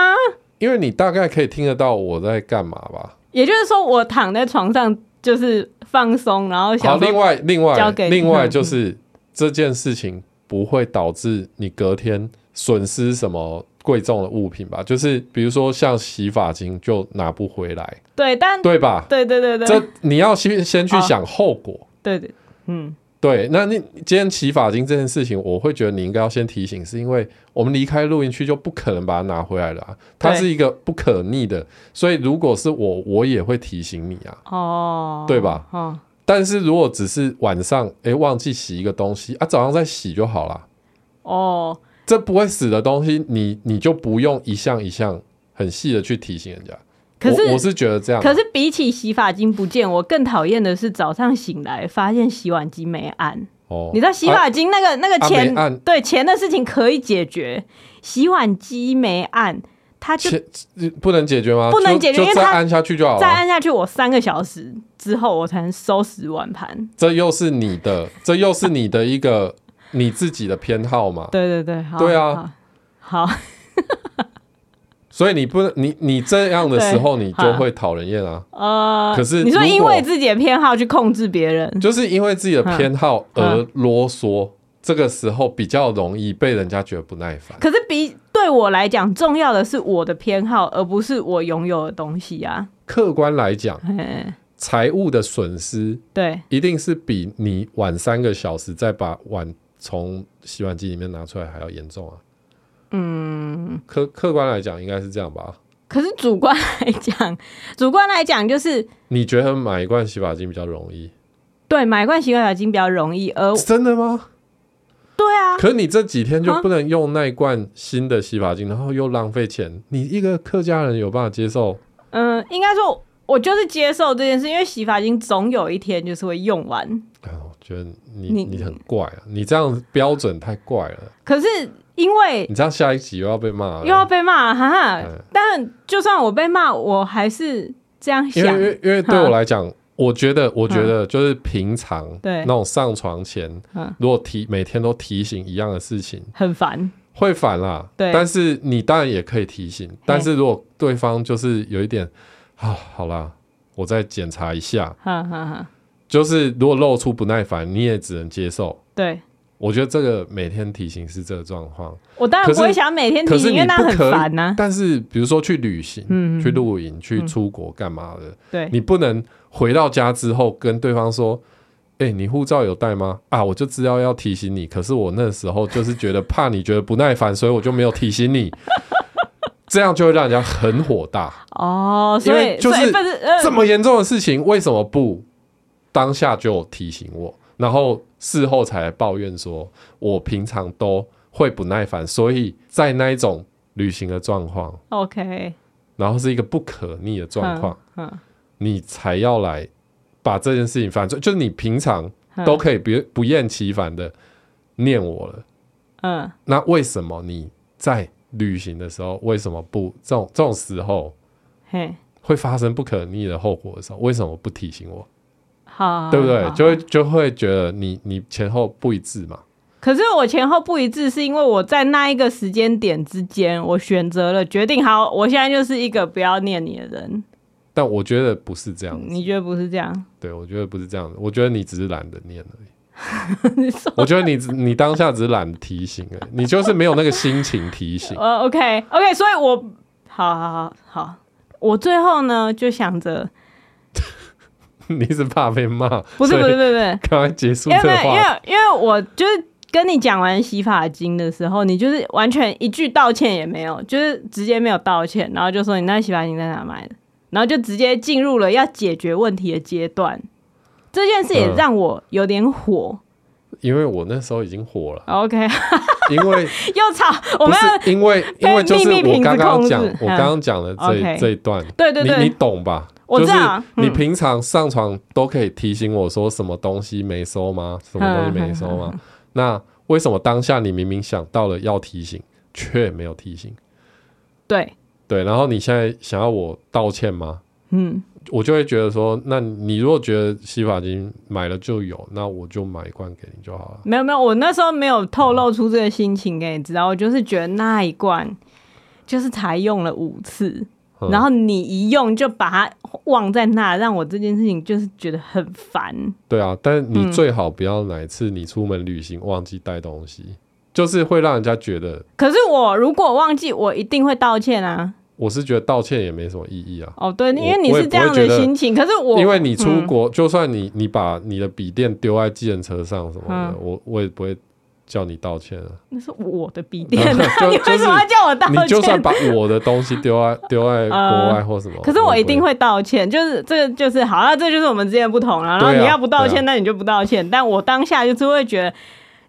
[SPEAKER 1] 因为你大概可以听得到我在干嘛吧。
[SPEAKER 2] 也就是说，我躺在床上就是放松，然后
[SPEAKER 1] 好，
[SPEAKER 2] 想
[SPEAKER 1] 另
[SPEAKER 2] 说，
[SPEAKER 1] 外另
[SPEAKER 2] 交
[SPEAKER 1] 外
[SPEAKER 2] 给你
[SPEAKER 1] 另外就是这件事情不会导致你隔天损失什么贵重的物品吧？就是比如说像洗发精就拿不回来，
[SPEAKER 2] 对，但
[SPEAKER 1] 对吧？
[SPEAKER 2] 对对对对
[SPEAKER 1] 这你要先先去
[SPEAKER 2] 哦
[SPEAKER 1] 想后果，
[SPEAKER 2] 对对，嗯，
[SPEAKER 1] 对，那你今天洗发精这件事情，我会觉得你应该要先提醒，是因为我们离开露营区就不可能把它拿回来了、啊，它
[SPEAKER 2] 对
[SPEAKER 1] 是一个不可逆的，所以如果是我，我也会提醒你啊。
[SPEAKER 2] 哦，
[SPEAKER 1] 对吧？
[SPEAKER 2] 哦，
[SPEAKER 1] 但是如果只是晚上诶忘记洗一个东西啊，早上再洗就好啦。
[SPEAKER 2] 哦，
[SPEAKER 1] 这不会死的东西，你你就不用一项一项很细的去提醒人家。
[SPEAKER 2] 可是
[SPEAKER 1] 我我是觉得这样啊，
[SPEAKER 2] 可是比起洗发精不见，我更讨厌的是早上醒来发现洗碗机没按。
[SPEAKER 1] 哦，
[SPEAKER 2] 你知道洗
[SPEAKER 1] 啊
[SPEAKER 2] 发精那个、那个
[SPEAKER 1] 啊
[SPEAKER 2] 钱、
[SPEAKER 1] 没按
[SPEAKER 2] 对钱的事情可以解决，洗碗机没按，它就
[SPEAKER 1] 切呃不能解决吗？
[SPEAKER 2] 不能
[SPEAKER 1] 就
[SPEAKER 2] 解决因
[SPEAKER 1] 就
[SPEAKER 2] 为
[SPEAKER 1] 再
[SPEAKER 2] 它
[SPEAKER 1] 按下去就好啊
[SPEAKER 2] 再
[SPEAKER 1] 了。
[SPEAKER 2] 按下去，我三个小时之后我才能收拾碗盘。
[SPEAKER 1] 这又是你的，这又是你的一个你自己的偏好嘛？
[SPEAKER 2] 对对对，好
[SPEAKER 1] 对啊，
[SPEAKER 2] 好，好
[SPEAKER 1] 所以你不能，你你这样的时候，你就会讨人厌啊。
[SPEAKER 2] 呃，
[SPEAKER 1] 可是
[SPEAKER 2] 你说
[SPEAKER 1] 如
[SPEAKER 2] 因
[SPEAKER 1] 果
[SPEAKER 2] 为自己的偏好去控制别人，
[SPEAKER 1] 就是因为自己的偏好而
[SPEAKER 2] 嗯
[SPEAKER 1] 啰嗦，这个时候比较容易被人家觉得不耐烦。
[SPEAKER 2] 可是比对我来讲重要的是我的偏好，而不是我拥有的东西啊。
[SPEAKER 1] 客观来讲，
[SPEAKER 2] 嘿
[SPEAKER 1] 财务的损失
[SPEAKER 2] 对，
[SPEAKER 1] 一定是比你晚三个小时再把碗从洗碗机里面拿出来还要严重啊。嗯，客客观来讲应该是这样吧？
[SPEAKER 2] 可是主观来讲， 主观来讲就是
[SPEAKER 1] 你觉得买一罐洗发精比较容易？
[SPEAKER 2] 对买一罐洗发精比较容易，而
[SPEAKER 1] 真的吗？
[SPEAKER 2] 对啊，
[SPEAKER 1] 可你这几天就
[SPEAKER 2] 啊
[SPEAKER 1] 不能用那一罐新的洗发精，然后又浪费钱。你一个客家人有办法接受？
[SPEAKER 2] 嗯，应该说，我就是接受这件事，因为洗发精总有一天就是会用完。
[SPEAKER 1] 啊，我觉得你你
[SPEAKER 2] 你
[SPEAKER 1] 很怪啊！你这样标准太怪了，
[SPEAKER 2] 可是因为
[SPEAKER 1] 你这样下一集又要被骂
[SPEAKER 2] 又要
[SPEAKER 1] 了。
[SPEAKER 2] 被骂，哈哈
[SPEAKER 1] 嗯。
[SPEAKER 2] 但就算我被骂，我还是这样
[SPEAKER 1] 因为因
[SPEAKER 2] 想。
[SPEAKER 1] 为因为对我来讲，我觉得我觉得就是平常
[SPEAKER 2] 对
[SPEAKER 1] 那种上床前
[SPEAKER 2] 嗯，
[SPEAKER 1] 如果提每天都提醒一样的事情，
[SPEAKER 2] 很烦，
[SPEAKER 1] 会烦啦。
[SPEAKER 2] 对
[SPEAKER 1] 但是你当然也可以提醒，但是如果对方就是有一点啊，好啦，我再检查一下，
[SPEAKER 2] 哈哈哈。
[SPEAKER 1] 就是如果露出不耐烦，你也只能接受。
[SPEAKER 2] 对
[SPEAKER 1] 我觉得这个每天提醒是这个状况，
[SPEAKER 2] 我当
[SPEAKER 1] 可
[SPEAKER 2] 然
[SPEAKER 1] 是
[SPEAKER 2] 不会想每天
[SPEAKER 1] 可
[SPEAKER 2] 提
[SPEAKER 1] 是
[SPEAKER 2] 醒，
[SPEAKER 1] 你
[SPEAKER 2] 哎因为那
[SPEAKER 1] 不
[SPEAKER 2] 很
[SPEAKER 1] 可以
[SPEAKER 2] 烦啊呐。
[SPEAKER 1] 但是比如说去旅行、
[SPEAKER 2] 嗯
[SPEAKER 1] 去露营、去出国干嘛的，
[SPEAKER 2] 对
[SPEAKER 1] 你不能回到家之后跟对方说：“哎、你护照有带吗？”啊，我就知道要提醒你，可是我那时候就是觉得怕你觉得不耐烦，所以我就没有提醒你。这样就会让人家很火大。
[SPEAKER 2] 哦，
[SPEAKER 1] 因
[SPEAKER 2] 所
[SPEAKER 1] 为
[SPEAKER 2] 以
[SPEAKER 1] 就
[SPEAKER 2] 所以
[SPEAKER 1] 是
[SPEAKER 2] 不是 呃
[SPEAKER 1] 这么严重的事情，为什么不当下就提醒我，然后事后才来抱怨说我平常都会不耐烦，所以在那一种旅行的状况，
[SPEAKER 2] OK，
[SPEAKER 1] 然后是一个不可逆的状况，
[SPEAKER 2] 嗯嗯
[SPEAKER 1] 你才要来把这件事情反正就是你平常
[SPEAKER 2] 嗯
[SPEAKER 1] 都可以不不厌其烦的念我了，
[SPEAKER 2] 嗯，
[SPEAKER 1] 那为什么你在旅行的时候，为什么不这种这种时候
[SPEAKER 2] 嘿，
[SPEAKER 1] 会发生不可逆的后果的时候，为什么不提醒我？
[SPEAKER 2] 好，
[SPEAKER 1] 对不对？
[SPEAKER 2] 嗯好
[SPEAKER 1] 就会就会觉得你你前后不一致嘛。
[SPEAKER 2] 可是我前后不一致，是因为我在那一个时间点之间，我选择了决定，好，我现在就是一个不要念你的人。
[SPEAKER 1] 但我觉得不是这样子，
[SPEAKER 2] 你觉得不是这样？
[SPEAKER 1] 对我觉得不是这样子，我觉得你只是懒得念而已。
[SPEAKER 2] 你说，
[SPEAKER 1] 我觉得你只你当下只是懒得提醒而已，你就是没有那个心情提 醒。
[SPEAKER 2] 呃，OK，OK，、所以我，好好好好，我最后呢就想着，
[SPEAKER 1] 你是怕被骂，
[SPEAKER 2] 不是
[SPEAKER 1] 所以
[SPEAKER 2] 不是不是不是，
[SPEAKER 1] 赶快结束
[SPEAKER 2] 因为
[SPEAKER 1] 这个
[SPEAKER 2] 因
[SPEAKER 1] 话题。
[SPEAKER 2] 为因为我就是跟你讲完洗发精的时候，你就是完全一句道歉也没有，就是直接没有道歉，然后就说你那洗发精在哪买的，然后就直接进入了要解决问题的阶段。这件事也
[SPEAKER 1] 嗯
[SPEAKER 2] 让我有点火。
[SPEAKER 1] 因为我那时候已经火了，
[SPEAKER 2] OK，
[SPEAKER 1] 因为
[SPEAKER 2] 又吵，
[SPEAKER 1] 不
[SPEAKER 2] 我们要
[SPEAKER 1] 是因为因为就是
[SPEAKER 2] 被秘密
[SPEAKER 1] 我
[SPEAKER 2] 瓶子
[SPEAKER 1] 刚刚
[SPEAKER 2] 控制
[SPEAKER 1] 讲我
[SPEAKER 2] 嗯
[SPEAKER 1] 刚刚讲的这一
[SPEAKER 2] OK
[SPEAKER 1] 这一段，
[SPEAKER 2] 对对
[SPEAKER 1] 你你
[SPEAKER 2] 对，
[SPEAKER 1] 懂吧？
[SPEAKER 2] 我
[SPEAKER 1] 就是
[SPEAKER 2] 知道
[SPEAKER 1] 你
[SPEAKER 2] 嗯
[SPEAKER 1] 平常上床都可以提醒我说什么东西没收吗？什么东西没收
[SPEAKER 2] 嗯
[SPEAKER 1] 吗？那为什么当下你明明想到了要提醒，却没有提醒？
[SPEAKER 2] 对，
[SPEAKER 1] 对，然后你现在想要我道歉吗？
[SPEAKER 2] 嗯，
[SPEAKER 1] 我就会觉得说，那你如果觉得洗发精买了就有，那我就买一罐给你就好了。
[SPEAKER 2] 没有没有，我那时候没有透露出这个心情给你知道，我就是觉得那一罐就是才用了五次，
[SPEAKER 1] 嗯
[SPEAKER 2] 然后你一用就把它忘在那，让我这件事情就是觉得很烦。
[SPEAKER 1] 对啊，但你
[SPEAKER 2] 嗯
[SPEAKER 1] 最好不要哪一次你出门旅行忘记带东西，就是会让人家觉得
[SPEAKER 2] 可是我如果忘记，我一定会道歉啊。
[SPEAKER 1] 我是觉得道歉也没什么意义啊。
[SPEAKER 2] 哦，对，
[SPEAKER 1] 我
[SPEAKER 2] 因为你是这
[SPEAKER 1] 我也
[SPEAKER 2] 样的
[SPEAKER 1] 不会觉得
[SPEAKER 2] 心情，可是我
[SPEAKER 1] 因为你出
[SPEAKER 2] 嗯
[SPEAKER 1] 国，就算你你把你的笔电丢在计程车上什么的
[SPEAKER 2] 嗯，
[SPEAKER 1] 我我也不会叫你道歉啊。
[SPEAKER 2] 那是我的笔电 啊，
[SPEAKER 1] 就
[SPEAKER 2] 你
[SPEAKER 1] 就
[SPEAKER 2] 为
[SPEAKER 1] 是
[SPEAKER 2] 什么要叫我道
[SPEAKER 1] 你
[SPEAKER 2] 歉？啊
[SPEAKER 1] 就算把我的东西丢在丢 在国外或什么，
[SPEAKER 2] 可是我一定
[SPEAKER 1] 会。
[SPEAKER 2] 会道歉，就是这个就是好那这就是我们之间的不同了。然
[SPEAKER 1] 对啊
[SPEAKER 2] 后你要不道
[SPEAKER 1] 对啊
[SPEAKER 2] 歉，那你就不道歉。但我当下就是会觉得，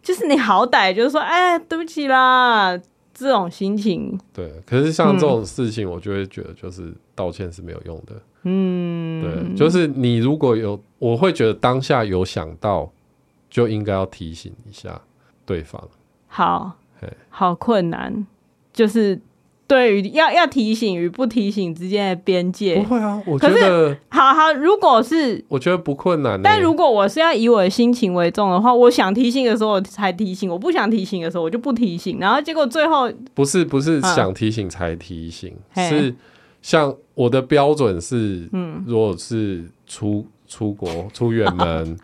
[SPEAKER 2] 就是你好歹就是说，哎，对不起啦，这种心情，
[SPEAKER 1] 对，可是像这种事情，我就会觉得就是道歉是没有用的。
[SPEAKER 2] 嗯，
[SPEAKER 1] 对，就是你如果有，我会觉得当下有想到，就应该要提醒一下对方。
[SPEAKER 2] 好
[SPEAKER 1] 嘿，
[SPEAKER 2] 好困难，就是对于要要提醒与不提醒之间的边
[SPEAKER 1] 不
[SPEAKER 2] 界。
[SPEAKER 1] 会啊，我觉
[SPEAKER 2] 可是
[SPEAKER 1] 得
[SPEAKER 2] 好好，如果是
[SPEAKER 1] 我觉得不困难、欸。
[SPEAKER 2] 但如果我是要以我的心情为重的话，我想提醒的时候我才提醒，我不想提醒的时候我就不提醒。然后结果最后，
[SPEAKER 1] 不是不是
[SPEAKER 2] 嗯
[SPEAKER 1] 想提醒才提醒，
[SPEAKER 2] 嘿
[SPEAKER 1] 是像我的标准是，
[SPEAKER 2] 嗯
[SPEAKER 1] 如果是出出国出远 门，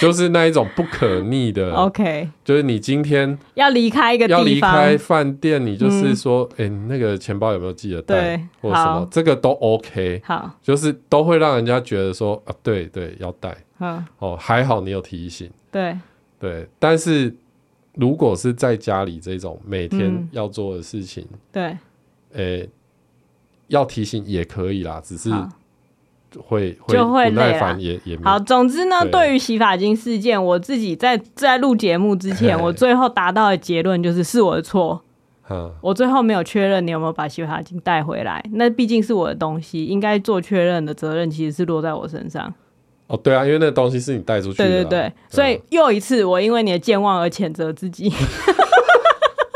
[SPEAKER 1] 就是那一种不可逆的，
[SPEAKER 2] OK，
[SPEAKER 1] 就是你今天
[SPEAKER 2] 要离开哦一个
[SPEAKER 1] 要
[SPEAKER 2] 地
[SPEAKER 1] 离
[SPEAKER 2] 方嗯
[SPEAKER 1] 开，饭店，你就是说，哎、你那个钱包有没有记得带
[SPEAKER 2] 对，
[SPEAKER 1] 或者什么
[SPEAKER 2] 好，
[SPEAKER 1] 这个都 OK，
[SPEAKER 2] 好，
[SPEAKER 1] 就是都会让人家觉得说，啊，对对，要带
[SPEAKER 2] 嗯，
[SPEAKER 1] 哦，还好你有提醒，
[SPEAKER 2] 对，
[SPEAKER 1] 对，但是如果是在家里这种每天
[SPEAKER 2] 嗯
[SPEAKER 1] 要做的事情，
[SPEAKER 2] 对，
[SPEAKER 1] 诶、呃要提醒也可以啦，只是
[SPEAKER 2] 好，
[SPEAKER 1] 会
[SPEAKER 2] 就会
[SPEAKER 1] 不
[SPEAKER 2] 累
[SPEAKER 1] 耐
[SPEAKER 2] 啦
[SPEAKER 1] 烦也也没
[SPEAKER 2] 好。总之呢，
[SPEAKER 1] 对
[SPEAKER 2] 对于洗发精事件，我自己在在录节目之前，
[SPEAKER 1] 嘿
[SPEAKER 2] 我最后达到的结论就是是我的错。
[SPEAKER 1] 嗯
[SPEAKER 2] 我最后没有确认你有没有把洗发精带回来，那毕竟是我的东西，应该做确认的责任其实是落在我身上。
[SPEAKER 1] 哦，对啊，因为那东西是你带出去的
[SPEAKER 2] 对
[SPEAKER 1] 啊、
[SPEAKER 2] 对对，所以又一次我因为你的健忘而谴责自己。 这件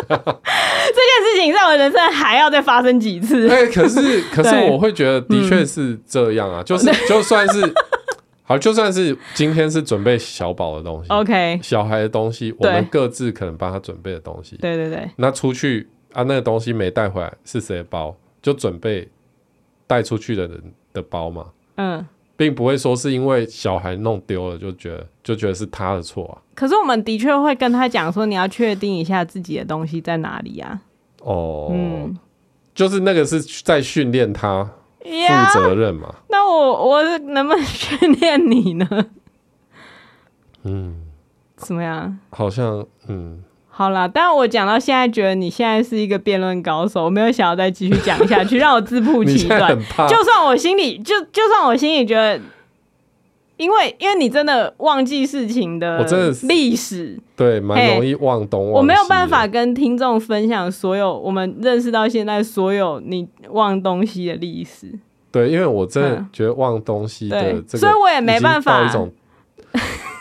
[SPEAKER 2] 事情在我人生还要再发生几次。
[SPEAKER 1] 哎、可 是可是
[SPEAKER 2] 对嗯哦
[SPEAKER 1] 我会觉得的确是这样啊，就是就算是好，就算是今天是准备小宝的东西
[SPEAKER 2] OK，
[SPEAKER 1] 小孩的东西，我们
[SPEAKER 2] 对
[SPEAKER 1] 各自可能帮他准备的东西，
[SPEAKER 2] 对对对，
[SPEAKER 1] 那出去啊，那个东西没带回来是谁的包，就准备带出去的人的包嘛，
[SPEAKER 2] 嗯。
[SPEAKER 1] 并不会说是因为小孩弄丢了就觉得就觉得是他的错啊。
[SPEAKER 2] 可是我们的确会跟他讲说，你要确定一下自己的东西在哪里啊。
[SPEAKER 1] 哦，
[SPEAKER 2] 嗯，
[SPEAKER 1] 就是那个是在训练他
[SPEAKER 2] 呀
[SPEAKER 1] 负，责任嘛。
[SPEAKER 2] 那我我能不能训练你呢？
[SPEAKER 1] 嗯，
[SPEAKER 2] 怎么样？
[SPEAKER 1] 好像嗯，
[SPEAKER 2] 好啦，但我讲到现在，觉得你现在是一个辩论高手，我没有想要再继续讲下去，让我自曝
[SPEAKER 1] 你
[SPEAKER 2] 其
[SPEAKER 1] 现在
[SPEAKER 2] 短
[SPEAKER 1] 很。怕，
[SPEAKER 2] 就算我心里就就算我心里觉得，因为因为你真的忘记事情的
[SPEAKER 1] 我真的是
[SPEAKER 2] 历史，
[SPEAKER 1] 对，蛮容易忘东忘西。
[SPEAKER 2] 我没有办法。跟听众分享所有我们认识到现在所有你忘东西的历史。
[SPEAKER 1] 对，因为我真的
[SPEAKER 2] 嗯
[SPEAKER 1] 觉得忘东西的
[SPEAKER 2] 对
[SPEAKER 1] 这个，
[SPEAKER 2] 所以我也没办法
[SPEAKER 1] 一种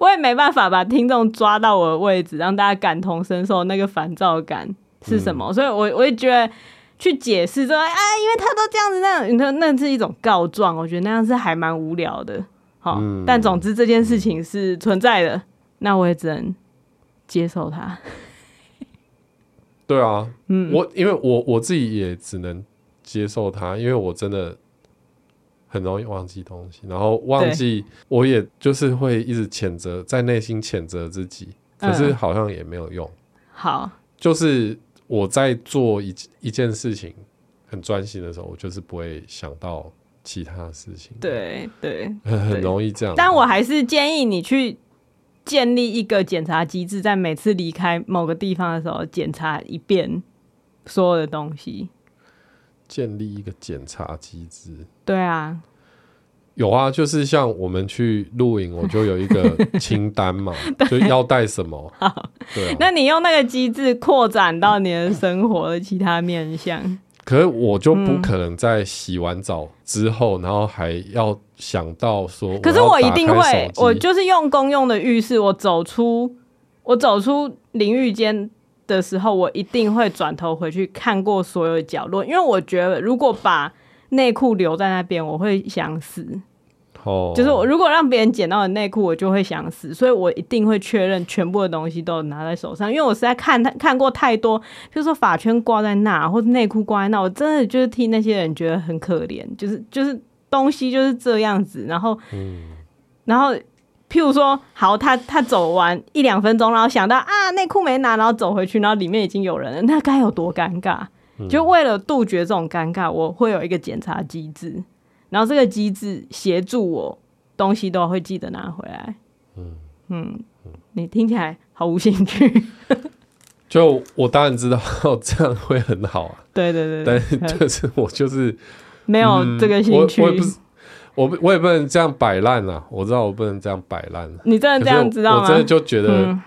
[SPEAKER 2] 我也没办法把听众抓到我的位置，让大家感同身受那个烦躁感是什么。所以我我也觉得去解释说，哎，因为他都这样子那样，那那是一种告状，我觉得那样是还蛮无聊的。好，
[SPEAKER 1] 嗯
[SPEAKER 2] 但总之这件事情是存在的，那我也只能接受它。
[SPEAKER 1] 对啊，嗯，我因为我我自己也只能接受它，因为我真的很容易忘记东西，然后忘记，我也就是会一直谴责，在内心谴责自己，可是
[SPEAKER 2] 嗯
[SPEAKER 1] 好像也没有用。
[SPEAKER 2] 好，
[SPEAKER 1] 就是我在做一一件事情很专心的时候，我就是不会想到其他的事情，，
[SPEAKER 2] 对对，
[SPEAKER 1] 很很容易这样。
[SPEAKER 2] 但我还是建议你去建立一个检查机制，在每次离开某个地方的时候检查一遍所有的东西。
[SPEAKER 1] 建立一个检查机制，
[SPEAKER 2] 对啊，
[SPEAKER 1] 有啊，就是像我们去露营，我就有一个清单 嘛，就要带什么，对啊。
[SPEAKER 2] 那你用那个机制扩展到你的生活的其他面向，
[SPEAKER 1] 可是我就不可能在洗完澡之后，然后还要想到说，
[SPEAKER 2] 嗯可是我一定会，我
[SPEAKER 1] 我
[SPEAKER 2] 就是用公用的浴室，我走出我走出淋浴间的时候，我一定会转头回去看过所有的角落，因为我觉得如果把内裤留在那边，我会想死。
[SPEAKER 1] 哦，
[SPEAKER 2] 就是我如果让别人捡到我的内裤，我就会想死，所以我一定会确认全部的东西都拿在手上，因为我实在看他看过太多，就是说发圈挂在那，或者内裤挂在那，我真的就是替那些人觉得很可怜，就是就是东西就是这样子，然后，然后。譬如说，好，他他走完一两分钟，然后想到啊内裤没拿，然后走回去，然后里面已经有人了，那该有多尴尬！就为了杜绝这种尴尬，我会有一个检查机制，然后这个机制协助我东西都会记得拿回来。嗯你听起来毫无兴 趣。
[SPEAKER 1] 就我当然知道 这样会很好啊，
[SPEAKER 2] 对对对
[SPEAKER 1] 但是
[SPEAKER 2] 对，
[SPEAKER 1] 就是我就是
[SPEAKER 2] 没有这个
[SPEAKER 1] 我
[SPEAKER 2] 兴趣。
[SPEAKER 1] 我也不是，我不我也不能这样摆烂啊！我知道我不能这样摆烂啊，
[SPEAKER 2] 你真的这样
[SPEAKER 1] 可是
[SPEAKER 2] 知道
[SPEAKER 1] 我
[SPEAKER 2] 吗？
[SPEAKER 1] 真的就觉得，
[SPEAKER 2] 嗯，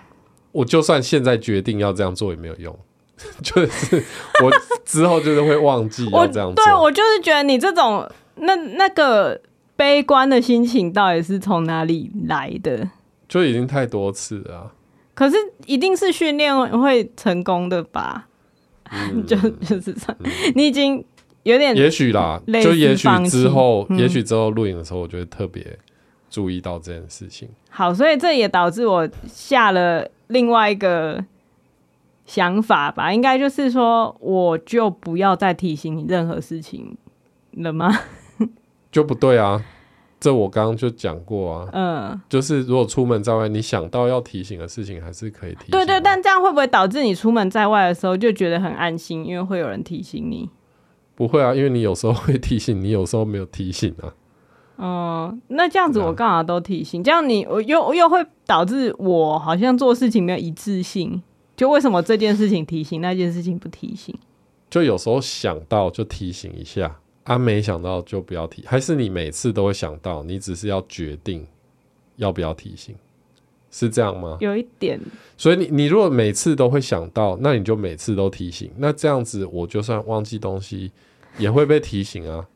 [SPEAKER 1] 我就算现在决定要这样做也没有用， 就是我之后就是会忘记要
[SPEAKER 2] 我
[SPEAKER 1] 这样
[SPEAKER 2] 对啊
[SPEAKER 1] 做。
[SPEAKER 2] 我就是觉得你这种那那个悲观的心情到底是从哪里来的？
[SPEAKER 1] 就已经太多次了、啊。
[SPEAKER 2] 可是一定是训练会成功的吧？
[SPEAKER 1] 嗯
[SPEAKER 2] 就就是这样，你已经有点
[SPEAKER 1] 也许啦，
[SPEAKER 2] 嗯类似
[SPEAKER 1] 就也许
[SPEAKER 2] 放弃
[SPEAKER 1] 之后，
[SPEAKER 2] 嗯
[SPEAKER 1] 也许之后录影的时候，我就会特别注意到这件事情。
[SPEAKER 2] 好，所以这也导致我下了另外一个想法吧，应该就是说，我就不要再提醒你任何事情了吗？
[SPEAKER 1] 就不对啊，这我刚刚就讲过啊，
[SPEAKER 2] 嗯，
[SPEAKER 1] 就是如果出门在外，你想到要提醒的事情，还是可以提醒啊。
[SPEAKER 2] 对对，但这样会不会导致你出门在外的时候就觉得很安心，因为会有人提醒你？
[SPEAKER 1] 不会啊，因为你有时候会提醒，你有时候没有提醒啊。
[SPEAKER 2] 嗯，那这样子
[SPEAKER 1] 对啊
[SPEAKER 2] 我干嘛都提醒？这样你我又又会导致我好像做事情没有一致性，就为什么这件事情提醒，那件事情不提醒？
[SPEAKER 1] 就有时候想到就提醒一下，啊，没想到就不要提，还是你每次都会想到，你只是要决定要不要提醒，是这样吗？
[SPEAKER 2] 有一点
[SPEAKER 1] 所以你你如果每次都会想到，那你就每次都提醒，那这样子我就算忘记东西也会被提醒啊。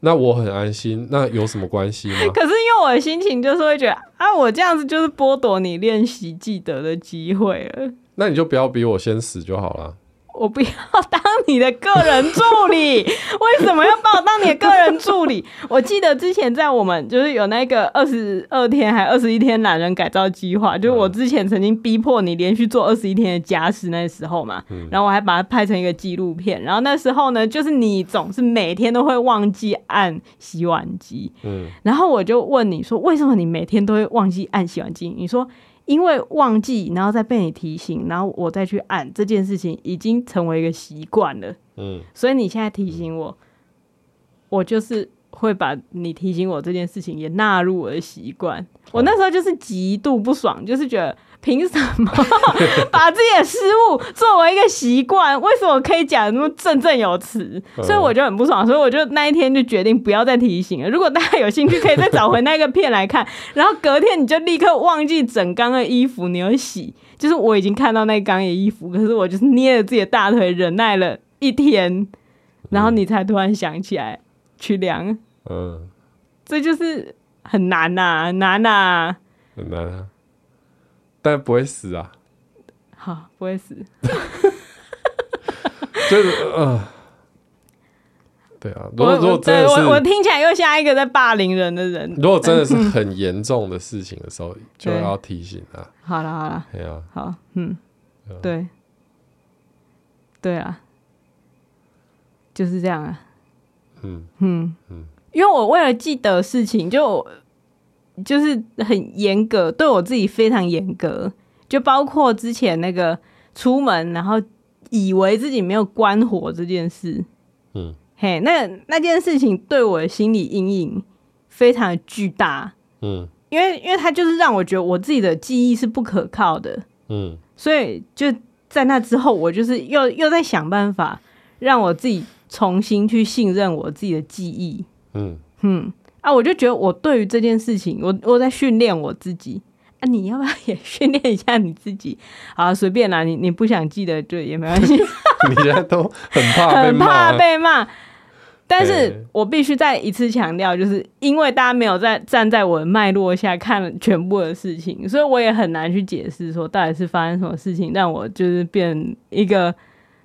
[SPEAKER 1] 那我很安心，那有什么关系吗？
[SPEAKER 2] 可是因为我的心情就是会觉得啊，我这样子就是剥夺你练习记得的机会了。
[SPEAKER 1] 那你就不要比我先死就好了。
[SPEAKER 2] 我不要当你的个人助理，为什么要把我当你的个人助理？ 我记得之前在我们就是有那个二十二天还二十一天懒人改造计划，就是我之前曾经逼迫你连续做二十一天的家事那时候嘛，然后我还把它拍成一个纪录片，然后那时候呢，就是你总是每天都会忘记按洗碗机，
[SPEAKER 1] 嗯，
[SPEAKER 2] 然后我就问你说，为什么你每天都会忘记按洗碗机？你说因为忘记，然后再被你提醒，然后我再去按这件事情，已经成为一个习惯了。
[SPEAKER 1] 嗯，
[SPEAKER 2] 所以你现在提醒我，我就是会把你提醒我这件事情也纳入我的习惯。我那时候就是极度不爽，就是觉得凭什么把自己的失误作为一个习惯？为什么可以讲得那么振振有词？
[SPEAKER 1] 嗯
[SPEAKER 2] 所以我就很不爽，所以我就那一天就决定不要再提醒了。如果大家有兴趣，可以再找回那个片来看。然后隔天你就立刻忘记整缸的衣服你有洗，就是我已经看到那缸的衣服，可是我就是捏着自己的大腿忍耐了一天，然后你才突然想起来去量，
[SPEAKER 1] 嗯，
[SPEAKER 2] 这就是很难呐、很难呐、
[SPEAKER 1] 很难啊，但不会死啊，
[SPEAKER 2] 好，不会死。
[SPEAKER 1] 就是呃，对啊，如果
[SPEAKER 2] 我
[SPEAKER 1] 如果
[SPEAKER 2] 我
[SPEAKER 1] 真
[SPEAKER 2] 对
[SPEAKER 1] 的
[SPEAKER 2] 我我
[SPEAKER 1] 是，
[SPEAKER 2] 听起来又像一个在霸凌人的人。
[SPEAKER 1] 如果真的是很严重的事情的时候，就
[SPEAKER 2] 对
[SPEAKER 1] 要提醒啊，
[SPEAKER 2] 好了好了，
[SPEAKER 1] 对啊，
[SPEAKER 2] 好，嗯，对，对啊，就是这样啊。
[SPEAKER 1] 嗯
[SPEAKER 2] 嗯
[SPEAKER 1] 嗯，
[SPEAKER 2] 因为我为了记得事情，就就是很严格，对我自己非常严格，就包括之前那个出门，然后以为自己没有关火这件事，
[SPEAKER 1] 嗯，
[SPEAKER 2] 嘿，那那件事情对我的心理阴影非常的巨大，
[SPEAKER 1] 嗯
[SPEAKER 2] 因为因为它就是让我觉得我自己的记忆是不可靠的，
[SPEAKER 1] 嗯
[SPEAKER 2] 所以就在那之后，我就是又又在想办法让我自己重新去信任我自己的记忆。
[SPEAKER 1] 嗯，
[SPEAKER 2] 嗯啊，我就觉得我对于这件事情，我我在训练我自己。啊，你要不要也训练一下你自己？好啊，随便啦，你你不想记得就也没关系，
[SPEAKER 1] 你现在都很怕被
[SPEAKER 2] 很
[SPEAKER 1] 骂
[SPEAKER 2] 怕
[SPEAKER 1] 啊，
[SPEAKER 2] 被骂。但
[SPEAKER 1] 对
[SPEAKER 2] 是我必须再一次强调，就是因为大家没有在站在我的脉络下看全部的事情，所以我也很难去解释说到底是发生什么事情让我就是变一个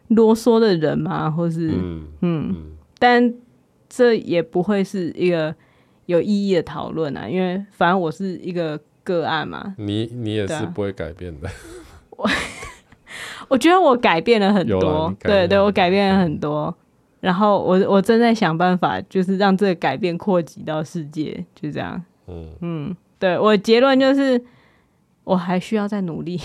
[SPEAKER 2] 啰嗦的人嘛，或是
[SPEAKER 1] 嗯
[SPEAKER 2] 嗯
[SPEAKER 1] 嗯，
[SPEAKER 2] 但这也不会是一个有意义的讨论啊，因为反正我是一个个案嘛，
[SPEAKER 1] 你你也
[SPEAKER 2] 对啊
[SPEAKER 1] 是不会改变的，
[SPEAKER 2] 我觉得我改变了很
[SPEAKER 1] 有啦
[SPEAKER 2] 多
[SPEAKER 1] 你，改变
[SPEAKER 2] 对
[SPEAKER 1] 了
[SPEAKER 2] 对，我改变了很多。然后我我正在想办法，就是让这个改变扩及到世界，就这样。
[SPEAKER 1] 嗯，
[SPEAKER 2] 嗯，对我的结论就是，我还需要再努力。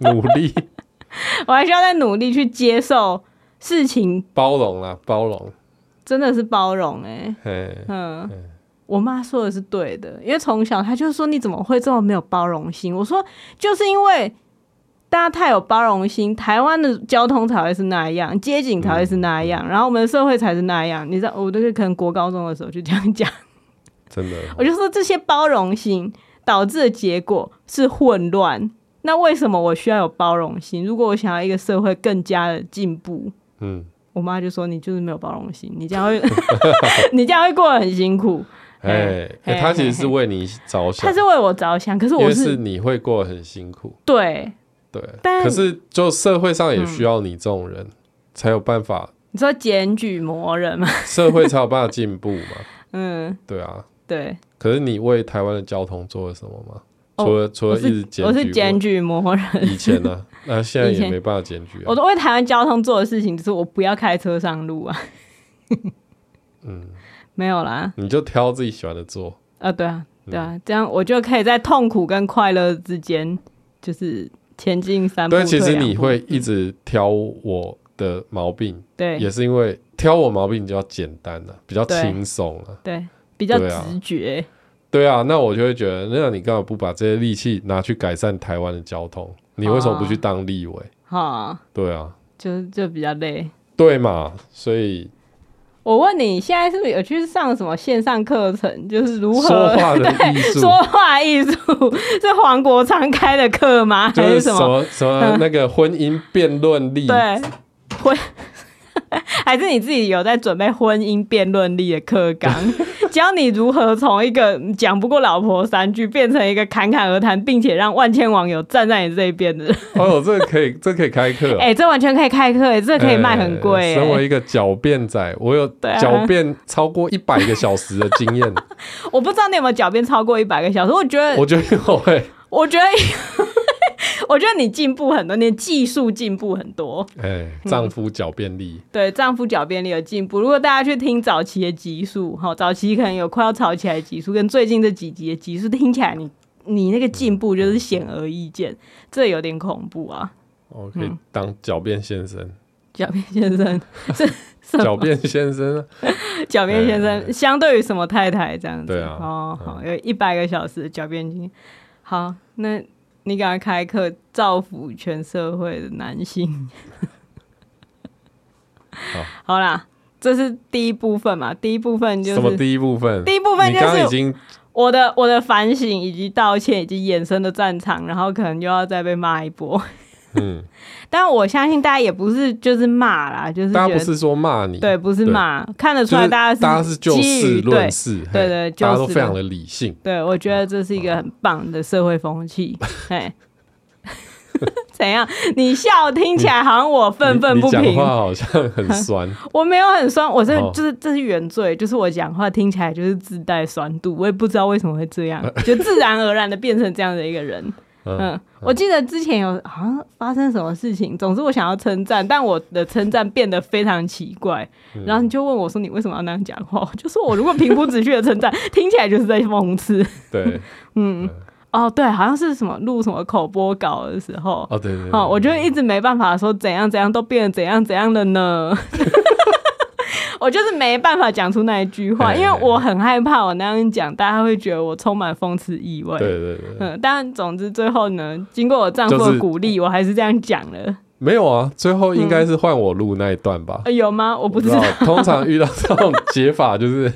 [SPEAKER 1] 努力，
[SPEAKER 2] 我还需要再努力去接受事情，
[SPEAKER 1] 包容啦，包容，
[SPEAKER 2] 真的是包容哎、
[SPEAKER 1] 嘿，
[SPEAKER 2] 嗯
[SPEAKER 1] 嗯，
[SPEAKER 2] 我妈说的是对的，因为从小她就说你怎么会这么没有包容心？我说就是因为大家太有包容心，台湾的交通才会是那样，街景才会是那样，然后我们的社会才是那样。你知道，我都是可能国高中的时候就这样讲，
[SPEAKER 1] 真的，
[SPEAKER 2] 我就说这些包容心导致的结果是混乱。那为什么我需要有包容心？如果我想要一个社会更加的进步，
[SPEAKER 1] 嗯，
[SPEAKER 2] 我妈就说你就是没有包容心，你这样会， 你这样会过得很辛苦。
[SPEAKER 1] 哎
[SPEAKER 2] 嘿，
[SPEAKER 1] 哎
[SPEAKER 2] 嘿
[SPEAKER 1] 他其实
[SPEAKER 2] 嘿
[SPEAKER 1] 是为你着想
[SPEAKER 2] 他，是为我着想，可是
[SPEAKER 1] 因
[SPEAKER 2] 我
[SPEAKER 1] 为
[SPEAKER 2] 是
[SPEAKER 1] 是你会过得很辛苦，
[SPEAKER 2] 对，
[SPEAKER 1] 对，
[SPEAKER 2] 但嗯
[SPEAKER 1] 可是就社会上也需要你这种人，才有办法，
[SPEAKER 2] 你说检举魔人嘛，
[SPEAKER 1] 社会才有办法进步嘛，
[SPEAKER 2] 嗯，
[SPEAKER 1] 对啊。
[SPEAKER 2] 对，
[SPEAKER 1] 可是你为台湾的交通做了什么吗？
[SPEAKER 2] 哦
[SPEAKER 1] 除了除
[SPEAKER 2] 我
[SPEAKER 1] 了一直
[SPEAKER 2] 是
[SPEAKER 1] 检举，
[SPEAKER 2] 我是检举魔人，
[SPEAKER 1] 以前 呢、那现在
[SPEAKER 2] 以前
[SPEAKER 1] 也没办法检举、啊。
[SPEAKER 2] 我都为台湾交通做的事情就是我不要开车上路啊，
[SPEAKER 1] 嗯，
[SPEAKER 2] 没有啦，
[SPEAKER 1] 你就挑自己喜欢的做，
[SPEAKER 2] 啊，对啊，
[SPEAKER 1] 嗯
[SPEAKER 2] 对啊，这样我就可以在痛苦跟快乐之间就是前进三步，
[SPEAKER 1] 但其
[SPEAKER 2] 退啊
[SPEAKER 1] 实
[SPEAKER 2] 两
[SPEAKER 1] 你
[SPEAKER 2] 步
[SPEAKER 1] 会一直挑我的毛病，
[SPEAKER 2] 嗯对
[SPEAKER 1] 也是因为挑我毛病比较简单了、比较
[SPEAKER 2] 对
[SPEAKER 1] 轻松了。
[SPEAKER 2] 对比较
[SPEAKER 1] 对啊
[SPEAKER 2] 直觉，
[SPEAKER 1] 对啊，那我就会觉得，那你干嘛不把这些力气拿去改善台湾的交通？你为什么不
[SPEAKER 2] 啊
[SPEAKER 1] 去当立委？
[SPEAKER 2] 哈，
[SPEAKER 1] 对啊，
[SPEAKER 2] 就就比较累。
[SPEAKER 1] 对嘛，所以
[SPEAKER 2] 我问你，现在是不是有去上什么线上课程？就是如何
[SPEAKER 1] 说话的艺术
[SPEAKER 2] 说话艺术是黄国昌开的课吗？
[SPEAKER 1] 就
[SPEAKER 2] 还
[SPEAKER 1] 是
[SPEAKER 2] 什
[SPEAKER 1] 什
[SPEAKER 2] 么？嗯
[SPEAKER 1] 么什么那个婚姻辩论力，
[SPEAKER 2] 对，婚 还是你自己有在准备婚姻辩论力的课 纲，教你如何从一个讲不过老婆三句，变成一个侃侃而谈，并且让万千网友站在你这一 边的人。
[SPEAKER 1] 哦，这个可以，这个可以开课哦、
[SPEAKER 2] 哎、这完全可以开课，哎，这可以卖很贵、
[SPEAKER 1] 呃身为
[SPEAKER 2] 哎，
[SPEAKER 1] 一个狡辩仔，我有
[SPEAKER 2] 对啊
[SPEAKER 1] 狡辩超过一百个小时的经 验，
[SPEAKER 2] 我不知道你有没有狡辩超过一百个小时，我觉得
[SPEAKER 1] 我觉得我会，
[SPEAKER 2] 我觉得， 我觉得你进步很多，你的技术进步很多。
[SPEAKER 1] 哎，丈夫狡辩力，
[SPEAKER 2] 对丈夫狡辩力有进步。如果大家去听早期的集数，哈，早期可能有快要吵起来的集数，跟最近这几集的集数听起来你，你那个进步就是显而易见，这有点恐怖啊！
[SPEAKER 1] 我哦可以当狡辩先生，
[SPEAKER 2] 狡辩先生是什
[SPEAKER 1] 狡
[SPEAKER 2] 么？
[SPEAKER 1] 辩先生啊，
[SPEAKER 2] 狡辩先
[SPEAKER 1] 哎哎
[SPEAKER 2] 生相对于什么太太这样子？
[SPEAKER 1] 对啊
[SPEAKER 2] 哦，好，
[SPEAKER 1] 嗯
[SPEAKER 2] 有一百个小时的狡辩经验。好，那你赶快开课，造福全社会的男性。 好啦，这是第一部分嘛，第一部分 就是
[SPEAKER 1] 什么第一部分？
[SPEAKER 2] 第一部分
[SPEAKER 1] 你
[SPEAKER 2] 就
[SPEAKER 1] 刚刚已
[SPEAKER 2] 是
[SPEAKER 1] 经
[SPEAKER 2] 我的我的反省以及道歉以及衍生的战场，然后可能又要再被骂一波。
[SPEAKER 1] 嗯，
[SPEAKER 2] 但我相信大家也不是就是骂啦，就是
[SPEAKER 1] 大家
[SPEAKER 2] 觉
[SPEAKER 1] 不
[SPEAKER 2] 得
[SPEAKER 1] 是说骂你，
[SPEAKER 2] 对，不是
[SPEAKER 1] 对
[SPEAKER 2] 骂，看得
[SPEAKER 1] 就
[SPEAKER 2] 出来
[SPEAKER 1] 是大
[SPEAKER 2] 大家
[SPEAKER 1] 家是就
[SPEAKER 2] 基
[SPEAKER 1] 事
[SPEAKER 2] 于
[SPEAKER 1] 论
[SPEAKER 2] 对
[SPEAKER 1] 事，嘿
[SPEAKER 2] 对对就
[SPEAKER 1] 大家都
[SPEAKER 2] 事
[SPEAKER 1] 非常
[SPEAKER 2] 论
[SPEAKER 1] 的理性，
[SPEAKER 2] 对，我觉得这是一个很棒的社会风 气。哎， 怎样？你笑听起来好像我愤愤
[SPEAKER 1] 你
[SPEAKER 2] 不
[SPEAKER 1] 你讲
[SPEAKER 2] 平，
[SPEAKER 1] 话好像 很酸，
[SPEAKER 2] 我没有很酸，我这
[SPEAKER 1] 哦
[SPEAKER 2] 就是这是原罪，就是我讲话听起来就是自带酸度，我也不知道为什么会这样， 就自然而然的变成这样的一个人。
[SPEAKER 1] 嗯，
[SPEAKER 2] 嗯，我记得之前有好像发生什么事情，总之我想要称赞，但我的称赞变得非常奇怪。
[SPEAKER 1] 嗯
[SPEAKER 2] 然后你就问我说：“你为什么要那样讲话？” 我就说：“我如果平铺直叙的称赞，听起来就是在讽刺。
[SPEAKER 1] 对，”
[SPEAKER 2] 哦，对，好像是什么录什么口播稿的时候，
[SPEAKER 1] 哦对 对，对
[SPEAKER 2] 哦，我就一直没办法说怎样怎样都变得怎样怎样的呢。 我就是没办法讲出那一句话，
[SPEAKER 1] 嘿
[SPEAKER 2] 因为我很害怕我那样讲，大家会觉得我充满讽刺意味。
[SPEAKER 1] 对对对，
[SPEAKER 2] 嗯，但总之最后呢，经过我丈夫
[SPEAKER 1] 就是
[SPEAKER 2] 的鼓励，我还是这样讲了、
[SPEAKER 1] 没有啊，最后应该是换我录那一段吧，
[SPEAKER 2] 呃有吗？我不知道，
[SPEAKER 1] 通常遇到这种解法就是，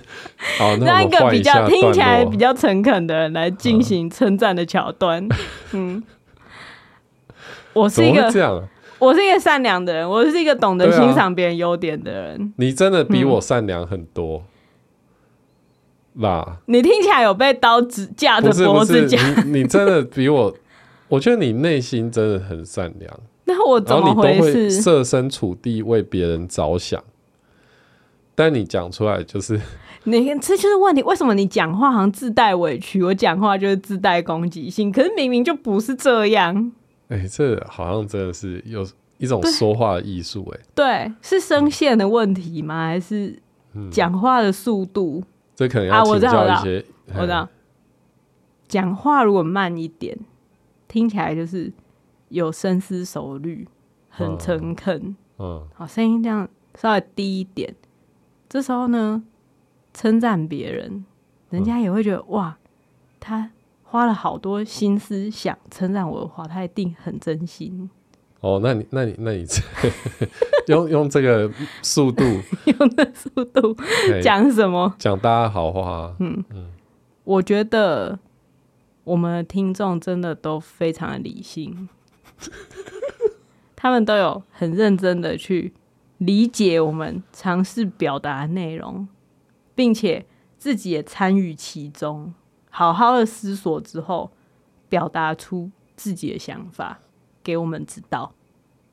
[SPEAKER 1] 好，那我
[SPEAKER 2] 让一
[SPEAKER 1] 们
[SPEAKER 2] 个
[SPEAKER 1] 换
[SPEAKER 2] 比
[SPEAKER 1] 一下
[SPEAKER 2] 较听起来
[SPEAKER 1] 段落
[SPEAKER 2] 比较诚恳的人来进行称赞的桥段。嗯，我
[SPEAKER 1] 怎
[SPEAKER 2] 是一
[SPEAKER 1] 么
[SPEAKER 2] 个嗯
[SPEAKER 1] 会这样啊？
[SPEAKER 2] 我是一个善良的人，我是一个懂得
[SPEAKER 1] 对啊
[SPEAKER 2] 欣赏别人优点的人。
[SPEAKER 1] 你真的比我善良很多啦，
[SPEAKER 2] 你听起来有被刀子架着
[SPEAKER 1] 不是
[SPEAKER 2] 脖
[SPEAKER 1] 不
[SPEAKER 2] 子
[SPEAKER 1] 是，
[SPEAKER 2] 讲，
[SPEAKER 1] 你你真的比我，我觉得你内心真的很善良，
[SPEAKER 2] 那我 怎
[SPEAKER 1] 然后
[SPEAKER 2] 么
[SPEAKER 1] 你都
[SPEAKER 2] 回
[SPEAKER 1] 会
[SPEAKER 2] 事？
[SPEAKER 1] 设身处地为别人着想，但你讲出来就是
[SPEAKER 2] 你这就是问题，为什么你讲话好像自带委屈，我讲话就是自带攻击性？可是明明就不是这样，
[SPEAKER 1] 哎、这好像真的是有一种说话的艺术、哎，
[SPEAKER 2] 对，是声线的问题吗？还是
[SPEAKER 1] 嗯
[SPEAKER 2] 讲话的速度？
[SPEAKER 1] 这可能
[SPEAKER 2] 啊
[SPEAKER 1] 要
[SPEAKER 2] 我
[SPEAKER 1] 请
[SPEAKER 2] 知道
[SPEAKER 1] 教
[SPEAKER 2] 我
[SPEAKER 1] 一
[SPEAKER 2] 知道
[SPEAKER 1] 些，
[SPEAKER 2] 我知道，讲话如果慢一点，听起来就是有深思熟虑，
[SPEAKER 1] 哦
[SPEAKER 2] 很诚恳，
[SPEAKER 1] 嗯，
[SPEAKER 2] 好，声音这样稍微低一点。这时候呢，称赞别人，人家也会觉得、哇，他花了好多心思想称赞我的话，他一定很真心。
[SPEAKER 1] 哦，那你那你那你 用用这个速度
[SPEAKER 2] 用的速度
[SPEAKER 1] 嘿
[SPEAKER 2] 讲嗯什么？
[SPEAKER 1] 讲大家好话，
[SPEAKER 2] 我觉得我们的听众真的都非常的理性， 他们都有很认真的去理解我们尝试表达的内容，并且自己也参与其中，好好的思索之后，表达出自己的想法给我们知道。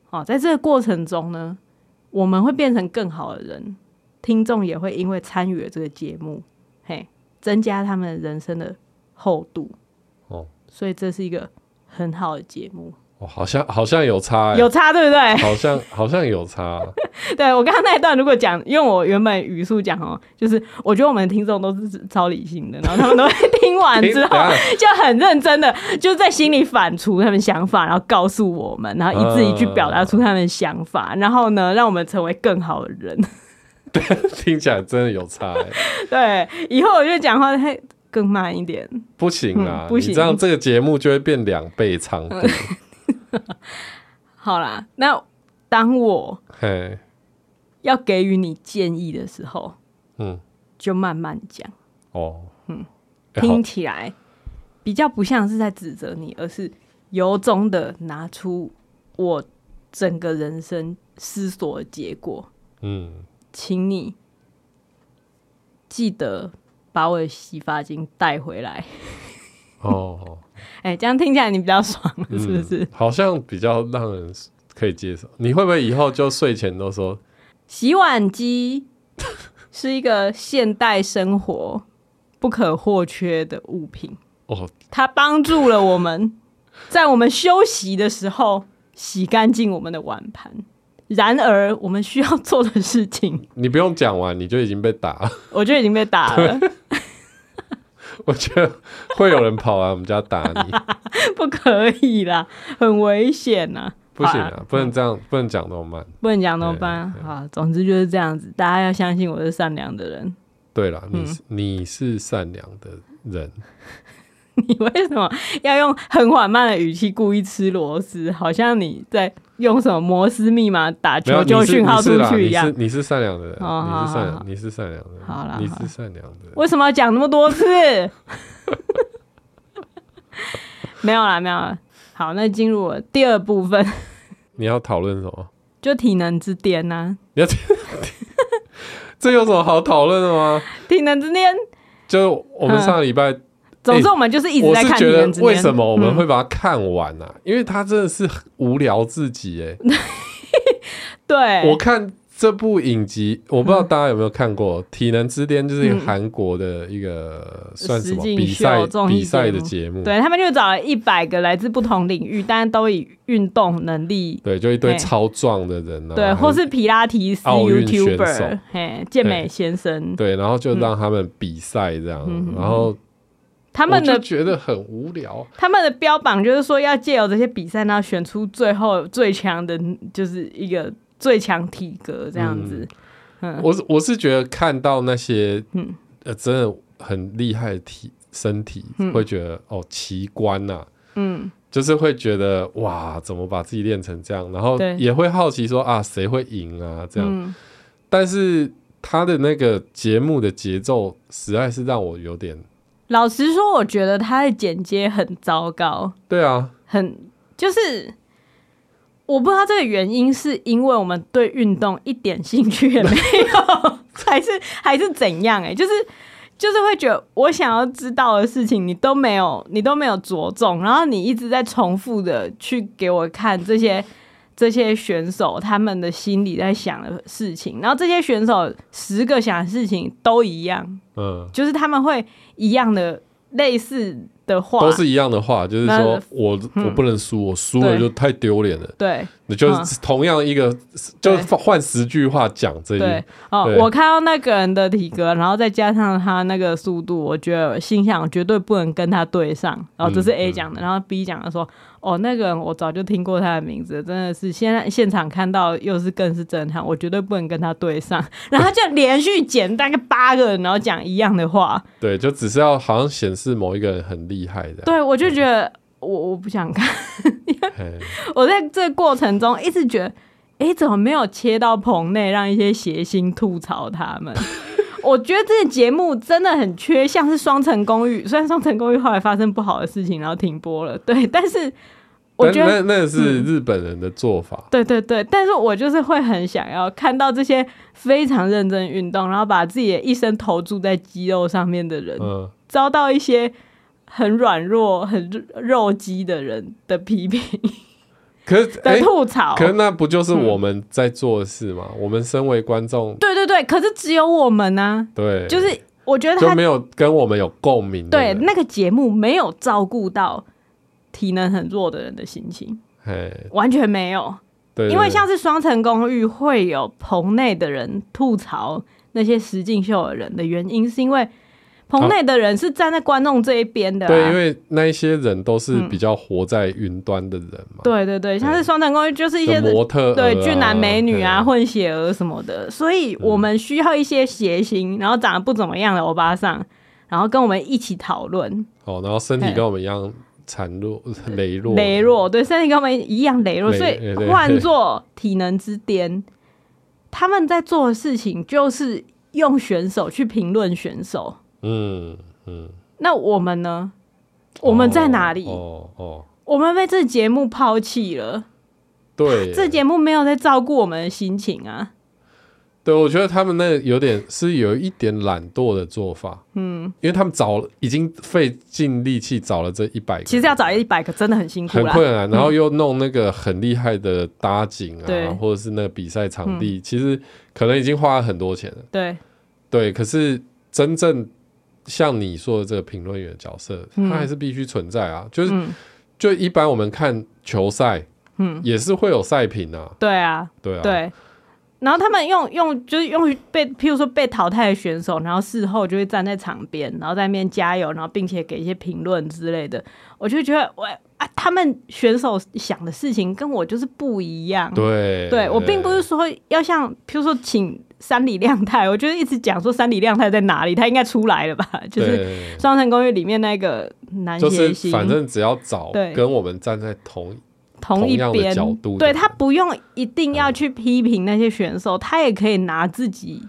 [SPEAKER 2] 好、在这个过程中呢，我们会变成更好的人，听众也会因为参与了这个节目，嘿，增加他们人生的厚度。
[SPEAKER 1] 哦，
[SPEAKER 2] 所以这是一个很好的节目，
[SPEAKER 1] 哦，好像好像有差、欸，
[SPEAKER 2] 有差对不对？
[SPEAKER 1] 好像好像有差，
[SPEAKER 2] 对我刚刚那一段如果讲，因为我原本语速讲哦，就是我觉得我们的听众都是超理性的，然后他们都会听完
[SPEAKER 1] 诶
[SPEAKER 2] 之 后
[SPEAKER 1] 等一下
[SPEAKER 2] 就很认真的就在心里反刍他们想法，然后告诉我们，然后一字一句表达出他们的想法，然后呢，让我们成为更好的人。
[SPEAKER 1] 听起来真的有差、欸，
[SPEAKER 2] 对，以后我就讲话会更慢一点。
[SPEAKER 1] 不行啦，
[SPEAKER 2] 嗯不行嗯
[SPEAKER 1] 你这样这个节目就会变两倍长度，
[SPEAKER 2] 好啦，那当我
[SPEAKER 1] 嘿，
[SPEAKER 2] 要给予你建议的时候，
[SPEAKER 1] 嗯，
[SPEAKER 2] 就慢慢讲，
[SPEAKER 1] 哦，嗯，好
[SPEAKER 2] 听起来比较不像是在指责你，而是由衷的拿出我整个人生思索的结果，
[SPEAKER 1] 嗯，
[SPEAKER 2] 请你记得把我的洗发精带回来。
[SPEAKER 1] 哦，
[SPEAKER 2] 哎、这样听起来你比较爽，是不是？
[SPEAKER 1] 嗯好像比较让人可以接受。你会不会以后就睡前都说
[SPEAKER 2] 洗碗机是一个现代生活不可或缺的物品。
[SPEAKER 1] 哦，
[SPEAKER 2] 它帮助了我们，在我们休息的时候洗干净我们的碗盘。然而，我们需要做的事情，
[SPEAKER 1] 你不用讲完，你就已经被打了？
[SPEAKER 2] 我就已经被打了，
[SPEAKER 1] 我觉得会有人跑来我们家打你，
[SPEAKER 2] 不可以啦，很危险呐、
[SPEAKER 1] 不行
[SPEAKER 2] 好
[SPEAKER 1] 啊，不能这样，不能讲那么慢。
[SPEAKER 2] 不能讲怎么办？好，总之就是这样子，大家要相信我是善良的人。
[SPEAKER 1] 对了，
[SPEAKER 2] 嗯
[SPEAKER 1] 你是你是善良的 人，
[SPEAKER 2] 你为什么要用很缓慢的语气故意吃螺丝，好像你在用什么摩斯密码打
[SPEAKER 1] 没有
[SPEAKER 2] 求救
[SPEAKER 1] 你是
[SPEAKER 2] 讯号
[SPEAKER 1] 你是
[SPEAKER 2] 出
[SPEAKER 1] 啦
[SPEAKER 2] 去一
[SPEAKER 1] 你
[SPEAKER 2] 样
[SPEAKER 1] 是？你是善良的人，
[SPEAKER 2] 哦好
[SPEAKER 1] 你是善
[SPEAKER 2] 好好
[SPEAKER 1] 良，你是善良的人，
[SPEAKER 2] 好啦
[SPEAKER 1] 你
[SPEAKER 2] 好
[SPEAKER 1] 是善良的人。
[SPEAKER 2] 为什么要讲那么多次？ 没有啦，没有啦。好，那进入我第二部分，
[SPEAKER 1] 你要讨论什么？
[SPEAKER 2] 就体能之巅啊呐、
[SPEAKER 1] 你要这有什么好讨论的吗？
[SPEAKER 2] 体能之巅，
[SPEAKER 1] 就我们上礼拜
[SPEAKER 2] 总之我们嗯就是一直
[SPEAKER 1] 我
[SPEAKER 2] 在
[SPEAKER 1] 是
[SPEAKER 2] 看体
[SPEAKER 1] 觉
[SPEAKER 2] 能之
[SPEAKER 1] 得为
[SPEAKER 2] 巅。
[SPEAKER 1] 什么我们
[SPEAKER 2] 嗯
[SPEAKER 1] 会把它看完啊？因为它真的是很无聊至极哎、
[SPEAKER 2] 对
[SPEAKER 1] 我看这部影集，我不知道大家有没有看过《体能之巅》，就是一个
[SPEAKER 2] 嗯
[SPEAKER 1] 韩国的一个算什么
[SPEAKER 2] 实境
[SPEAKER 1] 比赛
[SPEAKER 2] 秀综艺
[SPEAKER 1] 比赛的节
[SPEAKER 2] 节
[SPEAKER 1] 目，
[SPEAKER 2] 对他们就找了一百个来自不同领域，但都以运动能力
[SPEAKER 1] 对，就一堆
[SPEAKER 2] 嘿
[SPEAKER 1] 超壮的人啊，
[SPEAKER 2] 对，
[SPEAKER 1] 很
[SPEAKER 2] 或是皮拉提斯
[SPEAKER 1] 奥运选手
[SPEAKER 2] YouTuber，嘿，健美先生，
[SPEAKER 1] 对，然后就
[SPEAKER 2] 嗯
[SPEAKER 1] 让他们比赛这样，然后
[SPEAKER 2] 他们
[SPEAKER 1] 我
[SPEAKER 2] 的
[SPEAKER 1] 就觉得很无聊，
[SPEAKER 2] 他们的标榜就是说要借由这些比赛，然后选出最后最强的，就是一个最强体格这样子。嗯
[SPEAKER 1] 我是我是觉得看到那些
[SPEAKER 2] 嗯
[SPEAKER 1] 呃真的很厉害的体身体，会觉得哦奇观呐、
[SPEAKER 2] 嗯，
[SPEAKER 1] 就是会觉得哇，怎么把自己练成这样？然后
[SPEAKER 2] 对
[SPEAKER 1] 也会好奇说啊，谁会赢啊？这样，
[SPEAKER 2] 嗯
[SPEAKER 1] 但是他的那个节目的节奏实在是让我有点
[SPEAKER 2] 老实说，我觉得他的剪接很糟糕，
[SPEAKER 1] 对啊，
[SPEAKER 2] 很就是我不知道这个原因是因为我们对运动一点兴趣也没有， 还是还是怎样、欸？哎，就是。就是会觉得我想要知道的事情，你都没有，你都没有着重，然后你一直在重复的去给我看这些这些选手他们的心里在想的事情，然后这些选手十个想的事情都一样，
[SPEAKER 1] 嗯
[SPEAKER 2] 就是他们会一样的类似的话，
[SPEAKER 1] 都是一样的话，就是
[SPEAKER 2] 那嗯
[SPEAKER 1] 说我我不能输，我输了
[SPEAKER 2] 对嗯
[SPEAKER 1] 就太丢脸了。
[SPEAKER 2] 对
[SPEAKER 1] 你就是同样一个，就是换十句话讲这一
[SPEAKER 2] 对哦
[SPEAKER 1] 对，
[SPEAKER 2] 我看到那个人的体格，然后再加上他那个速度，我觉得心想绝对不能跟他对上。然后这是 A 讲的，然后 B 讲的说，哦，那个人我早就听过他的名字，真的是现在现场看到又是更是震撼，我绝对不能跟他对上。然后他就连续捡大概八个人，然后讲一样的话，
[SPEAKER 1] 对，就只是要好像显示某一个人很厉害的。
[SPEAKER 2] 对我就觉得我我不想看。
[SPEAKER 1] 嘿，
[SPEAKER 2] 我在这个过程中一直觉得，哎、怎么没有切到棚内，让一些谐星吐槽他们？ 我觉得这个节目真的很缺，像是《双层公寓》，虽然《双层公寓》后来发生不好的事情，然后停播了，对，但是我
[SPEAKER 1] 但
[SPEAKER 2] 觉得。嗯
[SPEAKER 1] 那那是日本人的做法。
[SPEAKER 2] 对对对，但是我就是会很想要看到这些非常认真运动，然后把自己的一生投注在肌肉上面的人，
[SPEAKER 1] 嗯，
[SPEAKER 2] 遭到一些很软弱、很肉鸡的人的批评、
[SPEAKER 1] 可是哎
[SPEAKER 2] 的，吐槽。
[SPEAKER 1] 可是那不就是
[SPEAKER 2] 嗯
[SPEAKER 1] 我们在做的事吗？我们身为观众，
[SPEAKER 2] 对对对，可是只有我们呢、
[SPEAKER 1] 对，
[SPEAKER 2] 就是我觉得
[SPEAKER 1] 就
[SPEAKER 2] 他
[SPEAKER 1] 没有跟我们有共鸣的
[SPEAKER 2] 对
[SPEAKER 1] 人。
[SPEAKER 2] 那个节目没有照顾到体能很弱的人的心情，
[SPEAKER 1] 嘿，
[SPEAKER 2] 完全没有。
[SPEAKER 1] 对，
[SPEAKER 2] 因为
[SPEAKER 1] 对
[SPEAKER 2] 像是双层公寓会有棚内的人吐槽那些实境秀的人的原因，是因为棚内的人是站在观众这一边的、啊嗯
[SPEAKER 1] 对，因为那一些人都是比较活在云端的人嘛，
[SPEAKER 2] 对对对，像是双层公寓就是一些
[SPEAKER 1] 就模特、啊
[SPEAKER 2] 对俊男美女啊、
[SPEAKER 1] 嘿
[SPEAKER 2] 混血儿什么的，所以我们需要一些谐星，然后长得不怎么样的欧巴桑，然后跟我们一起讨论
[SPEAKER 1] 哦，然后身体
[SPEAKER 2] 嘿
[SPEAKER 1] 跟我们一样孱 弱、羸弱、
[SPEAKER 2] 羸弱，对，身体跟我们一样羸弱，
[SPEAKER 1] 羸
[SPEAKER 2] 所
[SPEAKER 1] 对
[SPEAKER 2] 以
[SPEAKER 1] 对
[SPEAKER 2] 换做体能之巅，他们在做的事情就是用选手去评论选手，
[SPEAKER 1] 嗯嗯，
[SPEAKER 2] 那我们呢？我们在哪里？
[SPEAKER 1] 哦哦哦，
[SPEAKER 2] 我们被这节目抛弃了，
[SPEAKER 1] 对，
[SPEAKER 2] 这节目没有在照顾我们的心情啊。
[SPEAKER 1] 对我觉得他们那有点是有一点懒惰的做法，嗯，因为他们找了已经费尽力气找了这一百个，
[SPEAKER 2] 其实要找一百个真的很辛苦
[SPEAKER 1] 很
[SPEAKER 2] 啦，嗯
[SPEAKER 1] 困难，然后又弄那个很厉害的搭景
[SPEAKER 2] 对嗯
[SPEAKER 1] 啊，或者是那个比赛场地，其实可能已经花了很多钱了，
[SPEAKER 2] 对
[SPEAKER 1] 对，可是真正像你说的这个评论员的角色，他
[SPEAKER 2] 嗯
[SPEAKER 1] 还是必须存在啊，就是、就一般我们看球赛，嗯，也是会有赛评啊，
[SPEAKER 2] 对啊，
[SPEAKER 1] 对啊，
[SPEAKER 2] 对。然后他们用用就是用于被，譬如说被淘汰的选手，然后事后就会站在场边，然后在那边加油，然后并且给一些评论之类的。我就觉得我啊，他们选手想的事情跟我就是不一样。
[SPEAKER 1] 对，
[SPEAKER 2] 对我并不是说要像，譬如说请山里亮太，我就是一直讲说山里亮太在哪里，他应该出来了吧？就是《
[SPEAKER 1] 对
[SPEAKER 2] 双城公寓》里面那个男
[SPEAKER 1] 就
[SPEAKER 2] 谐
[SPEAKER 1] 是
[SPEAKER 2] 星，
[SPEAKER 1] 反正只要找
[SPEAKER 2] 对
[SPEAKER 1] 跟我们站在同
[SPEAKER 2] 同一
[SPEAKER 1] 同样的
[SPEAKER 2] 边
[SPEAKER 1] 角度
[SPEAKER 2] 对
[SPEAKER 1] 的嗯
[SPEAKER 2] 他不用一定要去批评那些选手，他也可以拿自己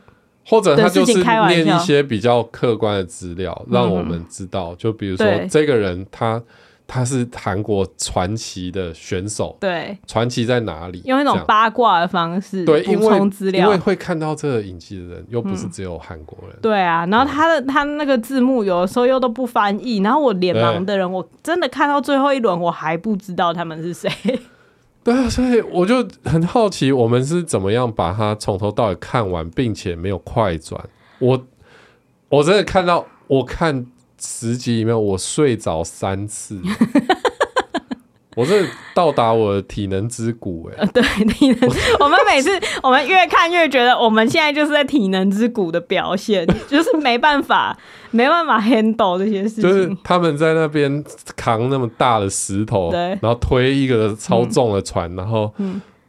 [SPEAKER 1] 或者他就
[SPEAKER 2] 对事
[SPEAKER 1] 是
[SPEAKER 2] 情开玩笑嗯
[SPEAKER 1] 念一些比较客观的资料，让我们知道。就比如说
[SPEAKER 2] 对
[SPEAKER 1] 这个人他他是韩国传奇的选手，
[SPEAKER 2] 对
[SPEAKER 1] 传奇在哪里？
[SPEAKER 2] 用一
[SPEAKER 1] 这
[SPEAKER 2] 种
[SPEAKER 1] 样
[SPEAKER 2] 八卦的方式
[SPEAKER 1] 对，
[SPEAKER 2] 补
[SPEAKER 1] 因
[SPEAKER 2] 充
[SPEAKER 1] 为
[SPEAKER 2] 资
[SPEAKER 1] 因为
[SPEAKER 2] 料。嗯
[SPEAKER 1] 会看到这个影集的人，又不是只有韩国人。
[SPEAKER 2] 对啊，然后他的他那个字幕有的时候又都不翻译，然后我脸盲的人，我真的看到最后一轮，我还不知道他们是谁。
[SPEAKER 1] 对啊，所以我就很好奇，我们是怎么样把它从头到尾看完，并且没有快转。我我真的看到，我看十集里面，我睡着三 次，我真的到达我的体能之谷、欸，
[SPEAKER 2] 呃对，体能，我们每次 我们越看越觉得我们现在就是在体能之谷的表现， 就是没办法，没办法 handle 这些事情。
[SPEAKER 1] 就是他们在那边扛那么大的石头，
[SPEAKER 2] 对嗯
[SPEAKER 1] 然后推一个超重的船，然后，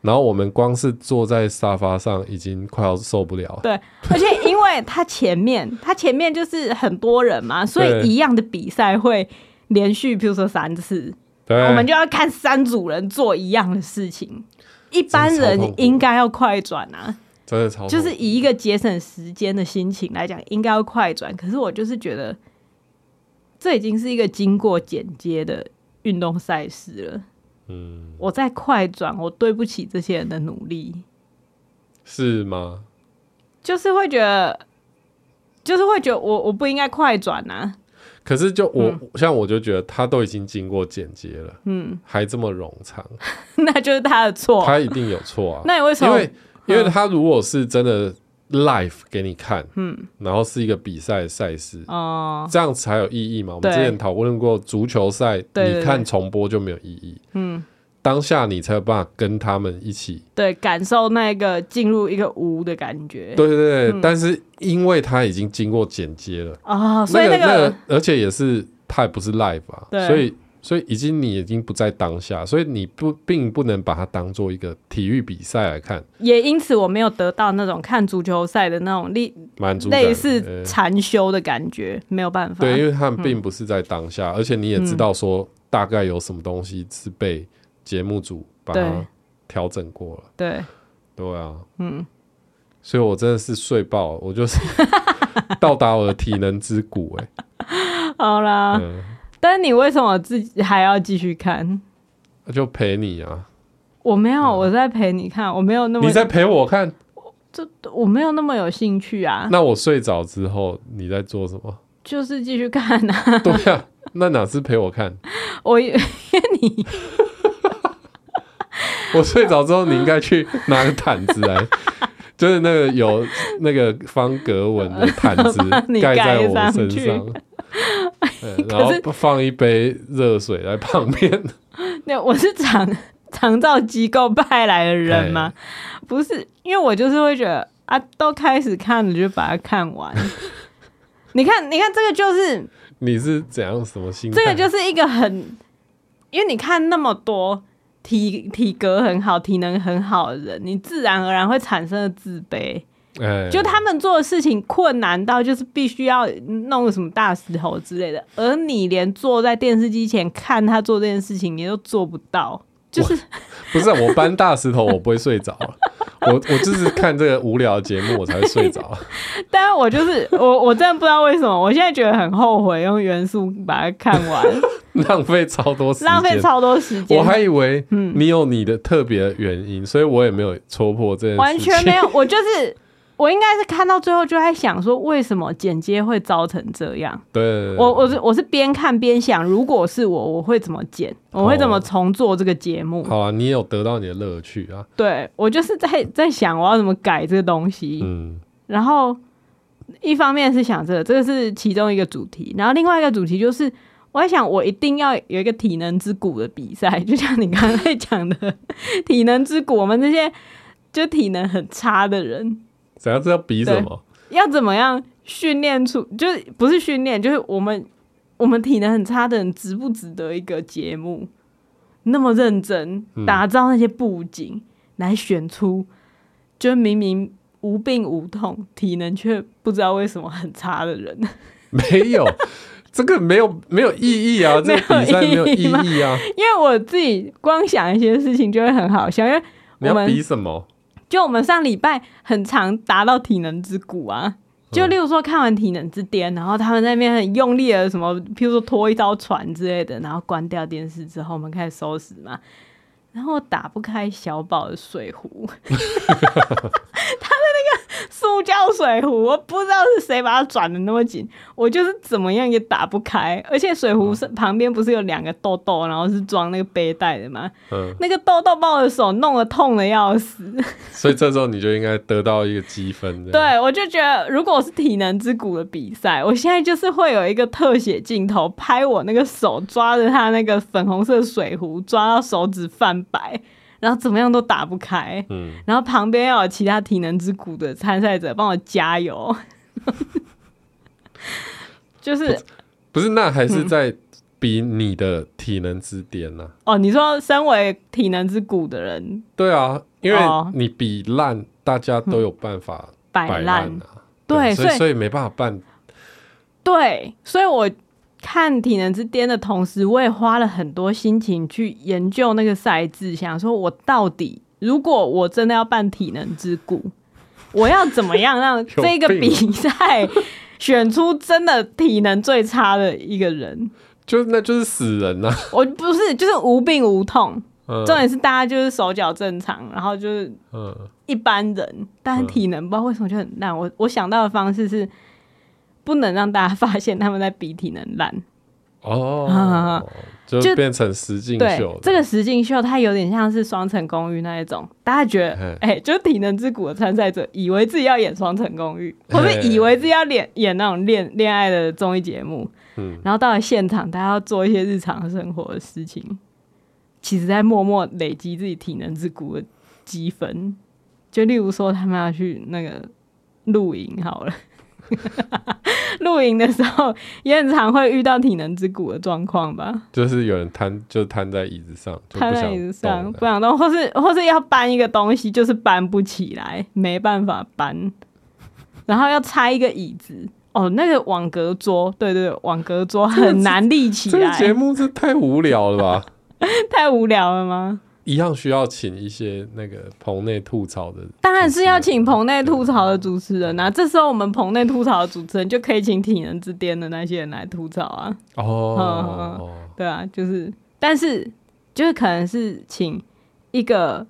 [SPEAKER 1] 然后我们光是坐在沙发上，已经快要受不了了。
[SPEAKER 2] 对，而且因为他前面，他前面就是很多人嘛，所
[SPEAKER 1] 对
[SPEAKER 2] 以一样的比赛会连续，比如说三次，
[SPEAKER 1] 对，
[SPEAKER 2] 我们就要看三组人做一样的事情。一般
[SPEAKER 1] 真的超痛
[SPEAKER 2] 人
[SPEAKER 1] 苦
[SPEAKER 2] 应该要快转啊，
[SPEAKER 1] 真的超痛
[SPEAKER 2] 就是以一个节省时间的心情来讲，应该要快转。可是我就是觉得，这已经是一个经过剪接的运动赛事了。嗯，我在快转，我对不起这些人的努力。
[SPEAKER 1] 是吗？
[SPEAKER 2] 就是会觉得，就是会觉得我我不应该快转啊呐、
[SPEAKER 1] 可是就我、
[SPEAKER 2] 嗯
[SPEAKER 1] 像我就觉得他都已经经过剪接了，嗯，还这么冗长，
[SPEAKER 2] 那就是他的错。
[SPEAKER 1] 他一定有错啊。
[SPEAKER 2] 那你为什
[SPEAKER 1] 因
[SPEAKER 2] 么？嗯
[SPEAKER 1] 为因为他如果是真的 live 给你看，嗯，然后是一个比赛的赛事，
[SPEAKER 2] 哦、
[SPEAKER 1] 这样才有意义嘛。我们
[SPEAKER 2] 对
[SPEAKER 1] 之前讨论过足球赛，
[SPEAKER 2] 对对
[SPEAKER 1] 你看重播就没有意义，
[SPEAKER 2] 嗯，
[SPEAKER 1] 当下你才有办法跟他们一起。
[SPEAKER 2] 对，感受那个进入一个无的感觉。
[SPEAKER 1] 对对对，
[SPEAKER 2] 嗯
[SPEAKER 1] 但是因为他已经经过剪接了，
[SPEAKER 2] 哦，所以
[SPEAKER 1] 那
[SPEAKER 2] 那
[SPEAKER 1] 个，而且也是他也不是 live 啊，
[SPEAKER 2] 对
[SPEAKER 1] 所以所以已经你已经不在当下，所以你不并不能把它当做一个体育比赛来看，
[SPEAKER 2] 也因此我没有得到那种看足球赛的那种类
[SPEAKER 1] 满足感
[SPEAKER 2] 类
[SPEAKER 1] 呃
[SPEAKER 2] 似嗯禅修的感觉，没有办法。
[SPEAKER 1] 对，因为他们并不是在当下，而且你也知
[SPEAKER 2] 嗯
[SPEAKER 1] 道说大概有什么东西是被节目组把它
[SPEAKER 2] 对
[SPEAKER 1] 调整过了，
[SPEAKER 2] 对
[SPEAKER 1] 对啊，嗯，所以我真的是睡爆，我就是 到达我的体能之谷、欸，
[SPEAKER 2] 好啦，
[SPEAKER 1] 嗯
[SPEAKER 2] 但是你为什么自己还要继续看？
[SPEAKER 1] 那就陪你啊，
[SPEAKER 2] 我没有，我在陪你看，我没有那
[SPEAKER 1] 嗯
[SPEAKER 2] 么
[SPEAKER 1] 你在陪我看，
[SPEAKER 2] 这我没有那么有兴趣啊，
[SPEAKER 1] 那我睡着之后你在做什么？
[SPEAKER 2] 就是继续看 啊。
[SPEAKER 1] 对啊，那哪是陪我看？
[SPEAKER 2] 我以为
[SPEAKER 1] 我睡着之后，你应该去拿个毯子来， 就是那个有那个方格纹的毯 子
[SPEAKER 2] 你
[SPEAKER 1] 盖
[SPEAKER 2] 盖
[SPEAKER 1] 在我
[SPEAKER 2] 上
[SPEAKER 1] 身
[SPEAKER 2] 去
[SPEAKER 1] 上。 嗯然后放一杯热水在旁边，
[SPEAKER 2] 那我是长长照机构派来的人吗？不是，因为我就是会觉得啊，都开始看了就把它 看完。你看，你看，这个就是
[SPEAKER 1] 你是怎样什么心态？
[SPEAKER 2] 这个就是一个很，因为你看那么多体体格很好、体能很好的人，你自然而然会产生的自卑。
[SPEAKER 1] 哎，
[SPEAKER 2] 就他们做的事情困难到就是必须要弄个什么大石头之类的，而你连坐在电视机前看他做这件事情，你都做不到。就是
[SPEAKER 1] 不是啊我搬大石头，我不会睡着啊。我我就是看这个无聊的节目，我才会睡着 啊。
[SPEAKER 2] 但是我就是我， 我真的不知道为什么，我现在觉得很后悔用元素把它看 完，
[SPEAKER 1] 浪费超多时间，
[SPEAKER 2] 浪费超多时间。嗯
[SPEAKER 1] 我还以为你有你的特别的原因，所以我也没有戳破这件事情。
[SPEAKER 2] 完全没有，我就是我应该是看到最后就在想说，为什么剪接会造成这样？
[SPEAKER 1] 对。对，对对啊
[SPEAKER 2] 我我是我是边看边想，如果是我，我会怎么剪？我会怎么
[SPEAKER 1] 哦
[SPEAKER 2] 重做这个节目？
[SPEAKER 1] 好啊，你也有得到你的乐趣啊。
[SPEAKER 2] 对我就是在在想我要怎么改这个东西，
[SPEAKER 1] 嗯，
[SPEAKER 2] 然后一方面是想这个，这个是其中一个主题，然后另外一个主题就是我在想，我一定要有一个体能之谷的比赛，就像你刚才讲的 体能之谷，我们这些就体能很差的人
[SPEAKER 1] 怎样？这要比什么？
[SPEAKER 2] 要怎么样训练出，就是不是训练，就是我们我们体能很差的人值不值得一个节目那么认真打造那些布景、来选出，就是明明无病无痛，体能却不知道为什么很差的人，
[SPEAKER 1] 没有，这个没有没有意义 啊！这个比赛没有意义啊！
[SPEAKER 2] 因为我自己光想一些事情就会很好笑，因为
[SPEAKER 1] 你
[SPEAKER 2] 我
[SPEAKER 1] 要
[SPEAKER 2] 们
[SPEAKER 1] 比什么？
[SPEAKER 2] 就我们上礼拜很常达到体能之谷啊，就例如说看完《体能之巅》，然后他们在那边很用力的什么，譬如说拖一艘船之类的，然后关掉电视之后，我们开始收拾嘛。然后我打不开小宝的水壶，他的那个塑胶水壶，我不知道是谁把它转的那么紧，我就是怎么样也打不开。而且水壶是旁边不是有两个豆豆，然后是装那个背带的嘛，
[SPEAKER 1] 嗯，
[SPEAKER 2] 那个豆豆把我的手弄得痛的要死。
[SPEAKER 1] 所以这时候你就应该得到一个积分。这样，
[SPEAKER 2] 对，我就觉得如果我是体能之谷的比赛，我现在就是会有一个特写镜头拍我那个手抓着他那个粉红色水壶，抓到手指泛白，然后怎么样都打不开，
[SPEAKER 1] 嗯，
[SPEAKER 2] 然后旁边要有其他体能之谷的参赛者帮我加油， 就是
[SPEAKER 1] 不是，那还是在比你的体能之巅呐、啊。
[SPEAKER 2] 哦，你说身为体能之谷的人
[SPEAKER 1] 对啊，因为
[SPEAKER 2] 哦
[SPEAKER 1] 你比烂，大家都有办法
[SPEAKER 2] 摆
[SPEAKER 1] 摆
[SPEAKER 2] 烂
[SPEAKER 1] 烂啊。
[SPEAKER 2] 对
[SPEAKER 1] 所以
[SPEAKER 2] 所以
[SPEAKER 1] 所以没办法办。
[SPEAKER 2] 对，所以我看《体能之巅》的同时，我也花了很多心情去研究那个赛制，想说我到底如果我真的要办体能之谷， 我要怎么样让这个
[SPEAKER 1] 有病
[SPEAKER 2] 比赛选出真的体能最差的一个人？
[SPEAKER 1] 就那就是死人呐、
[SPEAKER 2] 我不是，就是无病无痛，
[SPEAKER 1] 嗯
[SPEAKER 2] 重点是大家就是手脚正常，然后就是
[SPEAKER 1] 嗯，
[SPEAKER 2] 一般人，但是体能不知道为什么就很烂。我我想到的方式是，不能让大家发现他们在比体能烂。
[SPEAKER 1] 哦
[SPEAKER 2] 啊，
[SPEAKER 1] 就
[SPEAKER 2] 就
[SPEAKER 1] 变成实境
[SPEAKER 2] 对
[SPEAKER 1] 秀，。
[SPEAKER 2] 这个实境秀它有点像是双层公寓那一种，大家觉得
[SPEAKER 1] 嗯
[SPEAKER 2] 哎、就是体能之谷的参赛者以为自己要演双层公寓，或
[SPEAKER 1] 嗯
[SPEAKER 2] 是以为自己要演演那种恋恋爱的综艺节目，
[SPEAKER 1] 嗯
[SPEAKER 2] 然后到了现场，大家要做一些日常生活的事情，其实在默默累积自己体能之谷的积分。就例如说，他们要去那个露营 好了，露营的时候也很常会遇到体能之谷的状况吧。
[SPEAKER 1] 就是有人瘫，就瘫在椅子上，就
[SPEAKER 2] 摊
[SPEAKER 1] 不
[SPEAKER 2] 在
[SPEAKER 1] 想
[SPEAKER 2] 椅子
[SPEAKER 1] 动
[SPEAKER 2] 上
[SPEAKER 1] 了
[SPEAKER 2] 啊不想动，或是或是要搬一个东西，就是搬不起来，没办法搬。然后要拆一个椅子，哦，那个网格桌，对对对，网格桌很难立起
[SPEAKER 1] 这个
[SPEAKER 2] 来，
[SPEAKER 1] 节目这太无聊了吧？
[SPEAKER 2] 太无聊了吗？
[SPEAKER 1] 一样需要请一些那个棚内吐槽的，
[SPEAKER 2] 当然是要请棚内吐槽的主持人啊！这时候我们棚内吐槽的主持人就可以请体能之巅的那些人来吐槽啊。嗯
[SPEAKER 1] 哦，
[SPEAKER 2] 对啊，就是，但是就是可能是请一个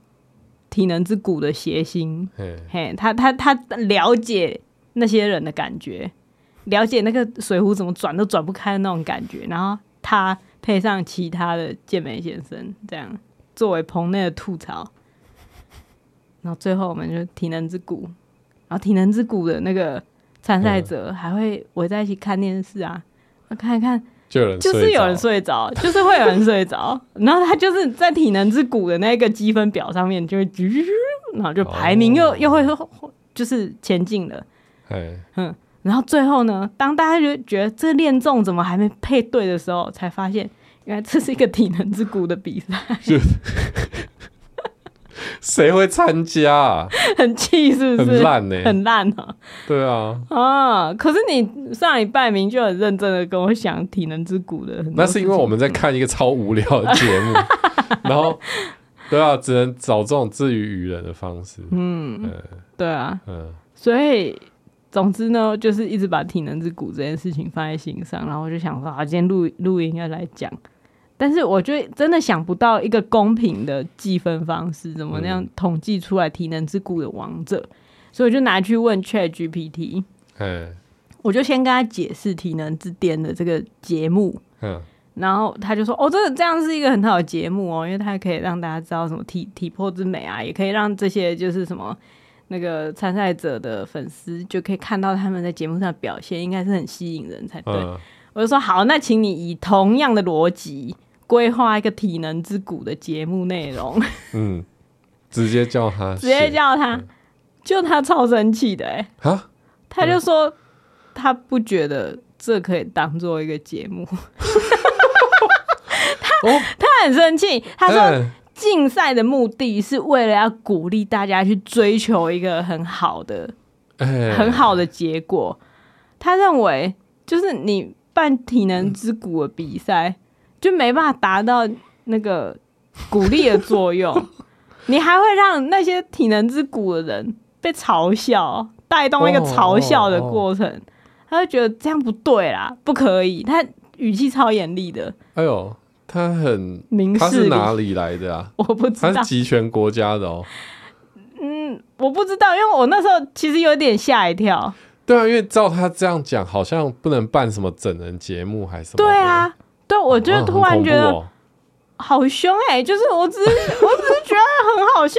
[SPEAKER 2] 体能之谷的谐星，
[SPEAKER 1] 嘿，
[SPEAKER 2] 嘿，他他他了解那些人的感觉，了解那个水壶怎么转都转不开的那种感觉，然后他配上其他的健美先生，这样作为棚内的吐槽，然后最后我们就体能之谷，然后体能之谷的那个参赛者还会围在一起看电视啊，看一看。
[SPEAKER 1] 就有人
[SPEAKER 2] 就是
[SPEAKER 1] 睡
[SPEAKER 2] 有
[SPEAKER 1] 着
[SPEAKER 2] 人睡着，就是会有人睡 着，然后他就是在体能之谷的那个积分表上面就会啾，然后就排名又、
[SPEAKER 1] 哦
[SPEAKER 2] 又会就是前进了，
[SPEAKER 1] 嘿，
[SPEAKER 2] 嗯，然后最后呢，当大家就觉得这恋综怎么还没配对的时候，才发现原来这是一个体能之谷的比赛，
[SPEAKER 1] 谁会参加啊？
[SPEAKER 2] 很气是不是？
[SPEAKER 1] 很烂呢
[SPEAKER 2] 很烂啊！
[SPEAKER 1] 对啊，
[SPEAKER 2] 啊！可是你上礼拜明就很认真的跟我讲体能之谷的很多
[SPEAKER 1] 那是因为
[SPEAKER 2] 事情
[SPEAKER 1] 我们在看一个超无聊的节 目，然后对啊，只能找这种自娱娱人的方式。
[SPEAKER 2] 嗯，
[SPEAKER 1] 嗯
[SPEAKER 2] 对啊，
[SPEAKER 1] 嗯，
[SPEAKER 2] 所以总之呢，就是一直把体能之谷这件事情放在心上，然后我就想说，啊，今天录录音要来讲。但是我觉得真的想不到一个公平的计分方式，怎么那样统计出来体能之谷的王者？所以我就拿去问 Chat GPT，
[SPEAKER 1] 嘿，
[SPEAKER 2] 我就先跟他解释体能之巅的这个节目，
[SPEAKER 1] 嗯，
[SPEAKER 2] 然后他就说：“哦，这这样是一个很好的节目哦，因为它可以让大家知道什么体体魄之美啊，也可以让这些就是什么那个参赛者的粉丝就可以看到他们在节目上的表现，应该是很吸引人才对。
[SPEAKER 1] 嗯，
[SPEAKER 2] 我就说：“好，那请你以同样的逻辑规划一个体能之谷的节目内 容。”
[SPEAKER 1] 嗯，直接叫他写，
[SPEAKER 2] 直接叫他，
[SPEAKER 1] 嗯
[SPEAKER 2] 就他超生气的、欸，
[SPEAKER 1] 啊，
[SPEAKER 2] 他就说他不觉得这可以当做一个节目，
[SPEAKER 1] 哦，
[SPEAKER 2] 他很生气， 他说。
[SPEAKER 1] 嗯
[SPEAKER 2] 竞赛的目的是为了要鼓励大家去追求一个很好的、
[SPEAKER 1] 哎
[SPEAKER 2] 很好的结果。他认为，就是你办体能之谷的比赛，就没办法达到那个鼓励的作用， 你还会让那些体能之谷的人被嘲笑，带动一个
[SPEAKER 1] 哦
[SPEAKER 2] 嘲笑的
[SPEAKER 1] 哦哦
[SPEAKER 2] 过程。他就觉得这样不对啦，不可以。他语气超严厉的，
[SPEAKER 1] 哎呦，他很，
[SPEAKER 2] 明
[SPEAKER 1] 他
[SPEAKER 2] 事
[SPEAKER 1] 是
[SPEAKER 2] 理，
[SPEAKER 1] 哪里来的啊？
[SPEAKER 2] 我不知
[SPEAKER 1] 他
[SPEAKER 2] 道
[SPEAKER 1] 是。集权国家的哦。
[SPEAKER 2] 嗯，我不知道，因为我那时候其实有点吓一跳。
[SPEAKER 1] 对啊，因为照他这样讲，好像不能办什么整人节目还是什么。
[SPEAKER 2] 对，啊，对，我就
[SPEAKER 1] 哦
[SPEAKER 2] 突然觉
[SPEAKER 1] 很
[SPEAKER 2] 得
[SPEAKER 1] 恐
[SPEAKER 2] 好凶哎、就是我只是我只是觉得很 好笑。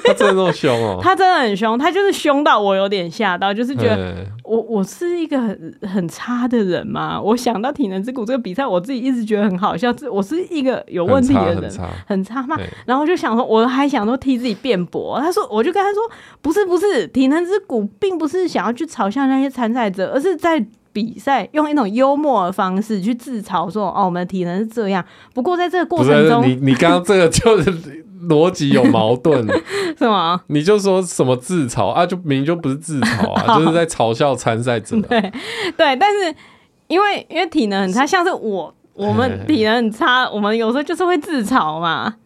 [SPEAKER 1] 怖哦他真的那么凶哦。
[SPEAKER 2] 他真的很凶，他就是凶到我有点吓到，就是觉得
[SPEAKER 1] 嗯
[SPEAKER 2] 我我是一个很很差的人嘛。我想到体能之谷这个比赛，我自己一直觉得很好笑，这我是一个有问题的
[SPEAKER 1] 很
[SPEAKER 2] 人。
[SPEAKER 1] 差很差
[SPEAKER 2] 很差嘛
[SPEAKER 1] 对，
[SPEAKER 2] 然后我就想说，我还想说替自己辩驳。他说，我就跟他说，不是不是，体能之谷并不是想要去嘲笑那些参赛者，而是在比赛用一种幽默的方式去自嘲说，哦，我们的体能是这样。不过在这个过
[SPEAKER 1] 不
[SPEAKER 2] 程
[SPEAKER 1] 是啊
[SPEAKER 2] 中
[SPEAKER 1] 你，，你刚刚这个就是逻辑有矛 盾，
[SPEAKER 2] 什么？
[SPEAKER 1] 你就说什么自嘲啊，就明明就不是自嘲 啊，就是在嘲笑参赛者啊、
[SPEAKER 2] 对，但是因为因为体能很差，像是我我们体能很差，我们有时候就是会自嘲嘛。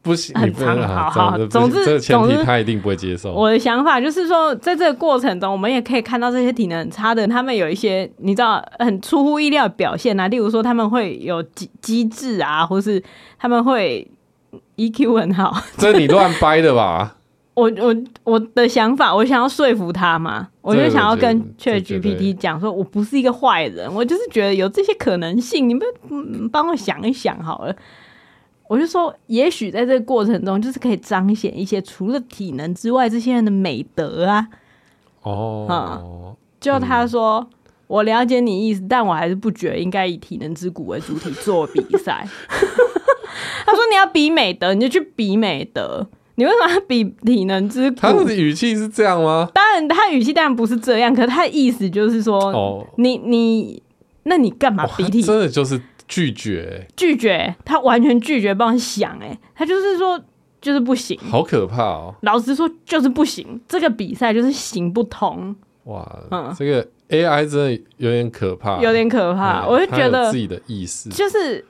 [SPEAKER 1] 不行，
[SPEAKER 2] 很
[SPEAKER 1] 你不能
[SPEAKER 2] 长
[SPEAKER 1] 啊
[SPEAKER 2] 好好
[SPEAKER 1] 这样子不行
[SPEAKER 2] 总之
[SPEAKER 1] 这个前
[SPEAKER 2] 总
[SPEAKER 1] 提
[SPEAKER 2] 之
[SPEAKER 1] 他一定不会接受。
[SPEAKER 2] 我的想法就是说，在这个过程中，我们也可以看到这些体能很差的人，他们有一些你知道很出乎意料的表现啊，例如说他们会有机机智啊，或是他们会 EQ 很好。
[SPEAKER 1] 这你乱掰的吧？
[SPEAKER 2] 我我我的想法，我想要说服他嘛，我就想要跟
[SPEAKER 1] 这这这
[SPEAKER 2] Chat
[SPEAKER 1] 绝
[SPEAKER 2] GPT
[SPEAKER 1] 对
[SPEAKER 2] 讲说，我不是一个坏人，我就是觉得有这些可能性，你们嗯帮我想一想好了。我就说，也许在这个过程中，就是可以彰显一些除了体能之外这些人的美德啊。
[SPEAKER 1] 哦，
[SPEAKER 2] 就他说，我了解你意思，但我还是不觉得应该以体能之谷为主体做比赛。 他说你要比美德，你就去比美德，你为什么要比体能之谷？
[SPEAKER 1] 他的语气是这样吗？
[SPEAKER 2] 当然，他语气当然不是这样，可是他的意思就是说，
[SPEAKER 1] 哦
[SPEAKER 2] 你你，那你干嘛
[SPEAKER 1] 哇
[SPEAKER 2] 鼻涕
[SPEAKER 1] 真的就是拒绝，
[SPEAKER 2] 拒绝？他完全拒绝帮你想、欸，他就是说就是不行。
[SPEAKER 1] 好可怕哦！
[SPEAKER 2] 老实说，就是不行。这个比赛就是行不通，
[SPEAKER 1] 哇
[SPEAKER 2] 嗯，
[SPEAKER 1] 这个 AI 真的有点可怕，
[SPEAKER 2] 有点可怕。
[SPEAKER 1] 嗯
[SPEAKER 2] 我就
[SPEAKER 1] 它
[SPEAKER 2] 觉
[SPEAKER 1] 有
[SPEAKER 2] 得
[SPEAKER 1] 自，己的意思，
[SPEAKER 2] 就是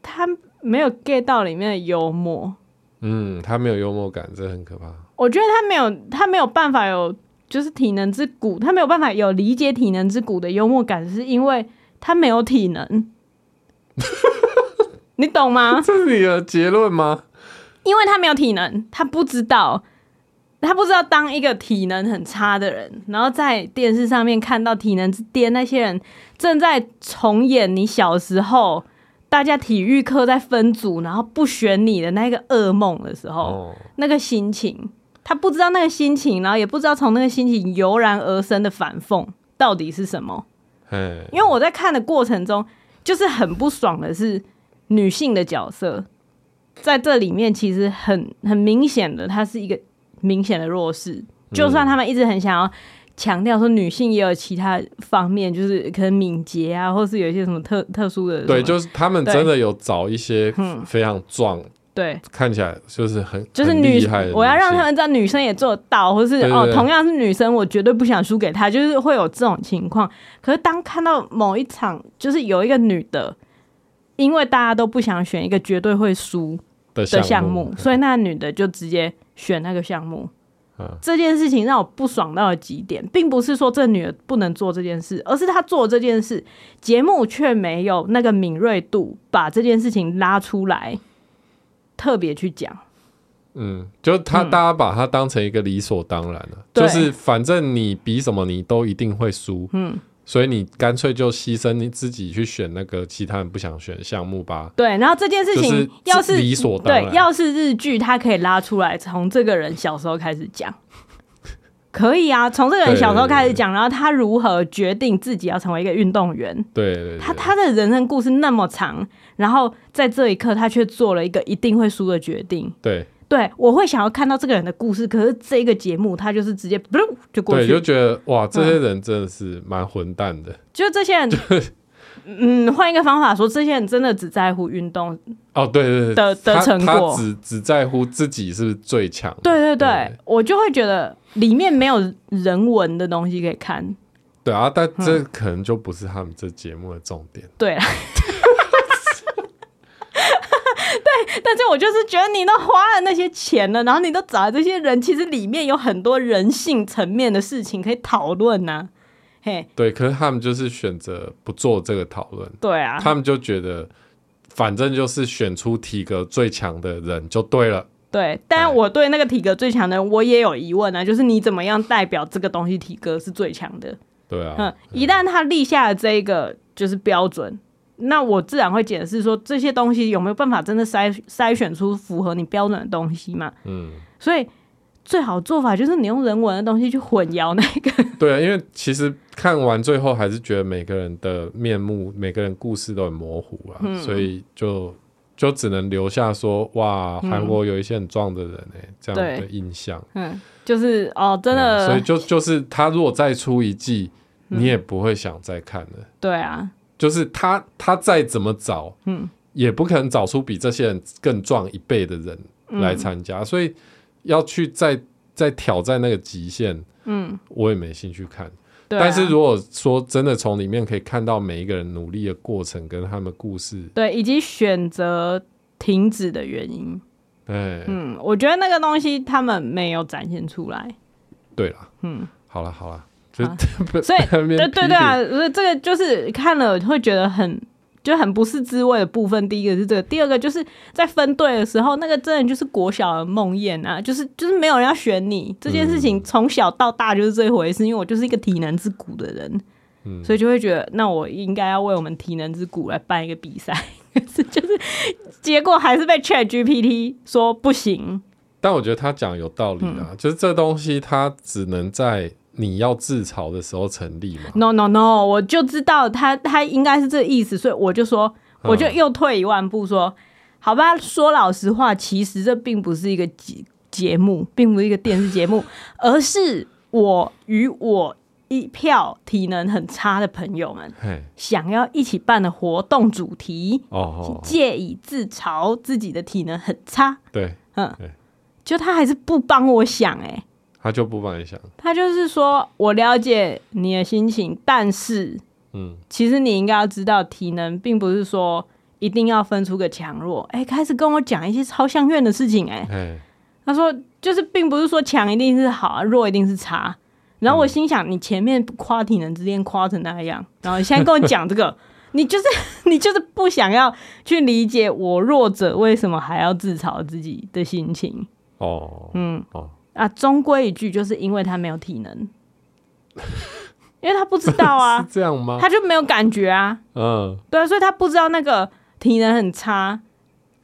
[SPEAKER 2] 他没有 get 到里面的幽默。
[SPEAKER 1] 嗯，他没有幽默感，这很可怕。
[SPEAKER 2] 我觉得他没有，他没有办法有，就是体能之谷，他没有办法有理解体能之谷的幽默感，是因为他没有体能，你懂吗？
[SPEAKER 1] 这是你的结论吗？
[SPEAKER 2] 因为他没有体能，他不知道，他不知道当一个体能很差的人，然后在电视上面看到体能之巅那些人正在重演你小时候大家体育课在分组，然后不选你的那个噩梦的时候。
[SPEAKER 1] 哦，
[SPEAKER 2] 那个心情，他不知道那个心情，然后也不知道从那个心情油然而生的反讽到底是什么。
[SPEAKER 1] 哎，
[SPEAKER 2] 因为我在看的过程中，就是很不爽的是女性的角色在这里面，其实很很明显的，她是一个明显的弱势。
[SPEAKER 1] 嗯
[SPEAKER 2] 就算他们一直很想要强调说女性也有其他方面，就是可能敏捷啊，或是有一些什么特特殊的什么，
[SPEAKER 1] 对，就是他们
[SPEAKER 2] 对
[SPEAKER 1] 真的有找一些
[SPEAKER 2] 嗯
[SPEAKER 1] 非常壮，
[SPEAKER 2] 对，
[SPEAKER 1] 看起来就是很
[SPEAKER 2] 就是
[SPEAKER 1] 很
[SPEAKER 2] 女
[SPEAKER 1] 厉害的，
[SPEAKER 2] 我要让他们知道女生也做得到，或是
[SPEAKER 1] 对对
[SPEAKER 2] 哦，
[SPEAKER 1] 对
[SPEAKER 2] 同样是女生，我绝对不想输给她，就是会有这种情况。可是当看到某一场，就是有一个女的，因为大家都不想选一个绝对会输
[SPEAKER 1] 的
[SPEAKER 2] 的
[SPEAKER 1] 项
[SPEAKER 2] 项目，所以那女的就直接选那个项
[SPEAKER 1] 嗯
[SPEAKER 2] 目。这件事情让我不爽到了极点，并不是说这女的不能做这件事，而是她做这件事，节目却没有那个敏锐度把这件事情拉出来，特别去讲。
[SPEAKER 1] 嗯，就他大家把它当成一个理所当然了，
[SPEAKER 2] 对
[SPEAKER 1] 就是反正你比什么你都一定会输，嗯，所以你干脆就牺牲你自己去选那个其他人不想选的项目吧。
[SPEAKER 2] 对，然后这件事情、
[SPEAKER 1] 就是
[SPEAKER 2] 要是
[SPEAKER 1] 理所当然
[SPEAKER 2] 对，要是日剧，它可以拉出来，从这个人小时候开始讲，可以啊，从这个人小时候开始讲，然后他如何决定自己要成为一个运动员，
[SPEAKER 1] 对对对，
[SPEAKER 2] 他他的人生故事那么长，然后在这一刻他却做了一个一定会输的决定。
[SPEAKER 1] 对
[SPEAKER 2] 对，我会想要看到这个人的故事，可是这个节目他就是直接不就过
[SPEAKER 1] 对，
[SPEAKER 2] 去，
[SPEAKER 1] 就觉得哇，这些人真的是蛮混蛋的。
[SPEAKER 2] 就这些人，嗯，换一个方法说，这些人真的只在乎运动，
[SPEAKER 1] 哦，对对对，
[SPEAKER 2] 的的
[SPEAKER 1] 他
[SPEAKER 2] 成
[SPEAKER 1] 他
[SPEAKER 2] 果
[SPEAKER 1] 只只在乎自己是不是最强。
[SPEAKER 2] 对对对，
[SPEAKER 1] 对
[SPEAKER 2] 我就会觉得里面没有人文的东西可以看。
[SPEAKER 1] 对啊，但
[SPEAKER 2] 嗯
[SPEAKER 1] 这可能就不是他们这节目的重点。
[SPEAKER 2] 对啦，对，但是我就是觉得你都花了那些钱了，然后你都找了这些人，其实里面有很多人性层面的事情可以讨论呐、嘿，
[SPEAKER 1] 对，可是他们就是选择不做这个讨论，
[SPEAKER 2] 对啊，
[SPEAKER 1] 他们就觉得反正就是选出体格最强的人就对了。
[SPEAKER 2] 对，
[SPEAKER 1] 哎
[SPEAKER 2] 但我对那个体格最强的人，我也有疑问啊，就是你怎么样代表这个东西体格是最强的？
[SPEAKER 1] 对啊，
[SPEAKER 2] 嗯，一旦他立下了这一个就是标准，那我自然会解释说这些东西有没有办法真的筛筛选出符合你标准的东西嘛？
[SPEAKER 1] 嗯，
[SPEAKER 2] 所以最好做法就是你用人文的东西去混淆那个。
[SPEAKER 1] 对啊，因为其实看完最后还是觉得每个人的面目、每个人故事都很模糊啊，
[SPEAKER 2] 嗯
[SPEAKER 1] 所以就就只能留下说哇，韩国有一些很壮的人哎、这样的
[SPEAKER 2] 嗯对
[SPEAKER 1] 印象。
[SPEAKER 2] 嗯， 就是哦，真
[SPEAKER 1] 对啊
[SPEAKER 2] 的，嗯
[SPEAKER 1] 所以就就是他如果再出一季，你也不会想再看了。
[SPEAKER 2] 对啊，
[SPEAKER 1] 就是他他再怎么找，嗯，也不可能找出比这些人更壮一倍的人来参加，所以要去再再挑战那个极限，嗯，我也没兴趣看。
[SPEAKER 2] 对啊
[SPEAKER 1] 但是如果说真的从里面可以看到每一个人努力的过程跟他们故事，
[SPEAKER 2] 对，以及选择停止的原因，
[SPEAKER 1] 哎，
[SPEAKER 2] 嗯，我觉得那个东西他们没有展现出来。
[SPEAKER 1] 对了，嗯，好了好了，就
[SPEAKER 2] 所
[SPEAKER 1] 对
[SPEAKER 2] 以啊对对对啊，所以这个就是看了会觉得很就很不是滋味的部分。第一个是这个，第二个就是在分队的时候，那个真的就是国小的梦魇啊，就是就是没有人要选你这件事情，从小到大就是这回事。因为我就是一个体能之骨的人，所以就会觉得，那我应该要为我们体能之骨来办一个比赛。 可是就是结果还是被 Chat GPT 说不行，
[SPEAKER 1] 但我觉得他讲有道理啊，就是这东西它只能在你要自嘲的时候成立嘛。
[SPEAKER 2] No no no！我就知道他他应该是这意思，所以我就说，
[SPEAKER 1] 嗯
[SPEAKER 2] 我就又退一万步说，好吧，说老实话，其实这并不是一个节节目，并不是一个电视 节目，而是我与我一票体能很差的朋友们
[SPEAKER 1] 嘿，
[SPEAKER 2] 想要一起办的活动主题，
[SPEAKER 1] 哦，哦
[SPEAKER 2] 借以自嘲自己的体能很差。
[SPEAKER 1] 对，
[SPEAKER 2] 就他还是不帮我想哎、
[SPEAKER 1] 他就不帮你想，
[SPEAKER 2] 他就是说我了解你的心情，但是
[SPEAKER 1] 嗯，
[SPEAKER 2] 其实你应该要知道，体能并不是说一定要分出个强弱。哎、开始跟我讲一些超相怨的事情、哎，
[SPEAKER 1] 嘿，
[SPEAKER 2] 他说就是并不是说强一定是好啊，弱一定是差。然后我心想，你前面夸体能之恋夸成那样，然后你现在跟我讲这个， 你就是你就是不想要去理解我弱者为什么还要自嘲自己的心情
[SPEAKER 1] 哦，
[SPEAKER 2] 嗯，
[SPEAKER 1] 哦，
[SPEAKER 2] 啊。终归一句，就是因为他没有体能，因为他不知 道
[SPEAKER 1] 是
[SPEAKER 2] 啊，
[SPEAKER 1] 这样吗？
[SPEAKER 2] 他就没有感觉啊。
[SPEAKER 1] 嗯，
[SPEAKER 2] 对啊，所以他不知道那个体能很差。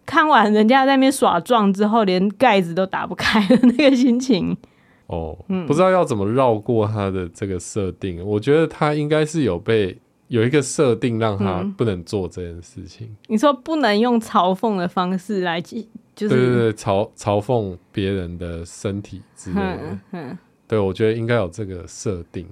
[SPEAKER 2] 看完人家在那边耍壮之后，连盖子都打不开的那个心情，
[SPEAKER 1] 哦，
[SPEAKER 2] 嗯
[SPEAKER 1] 不知道要怎么绕过他的这个设定。我觉得他应该是有被有一个设定让他
[SPEAKER 2] 嗯
[SPEAKER 1] 不能做这件事情。
[SPEAKER 2] 你说不能用嘲讽的方式来记，就
[SPEAKER 1] 对对
[SPEAKER 2] 是
[SPEAKER 1] 对，嘲嘲讽别人的身体之类的
[SPEAKER 2] 嗯。嗯，
[SPEAKER 1] 对，我觉得应该有这个设定。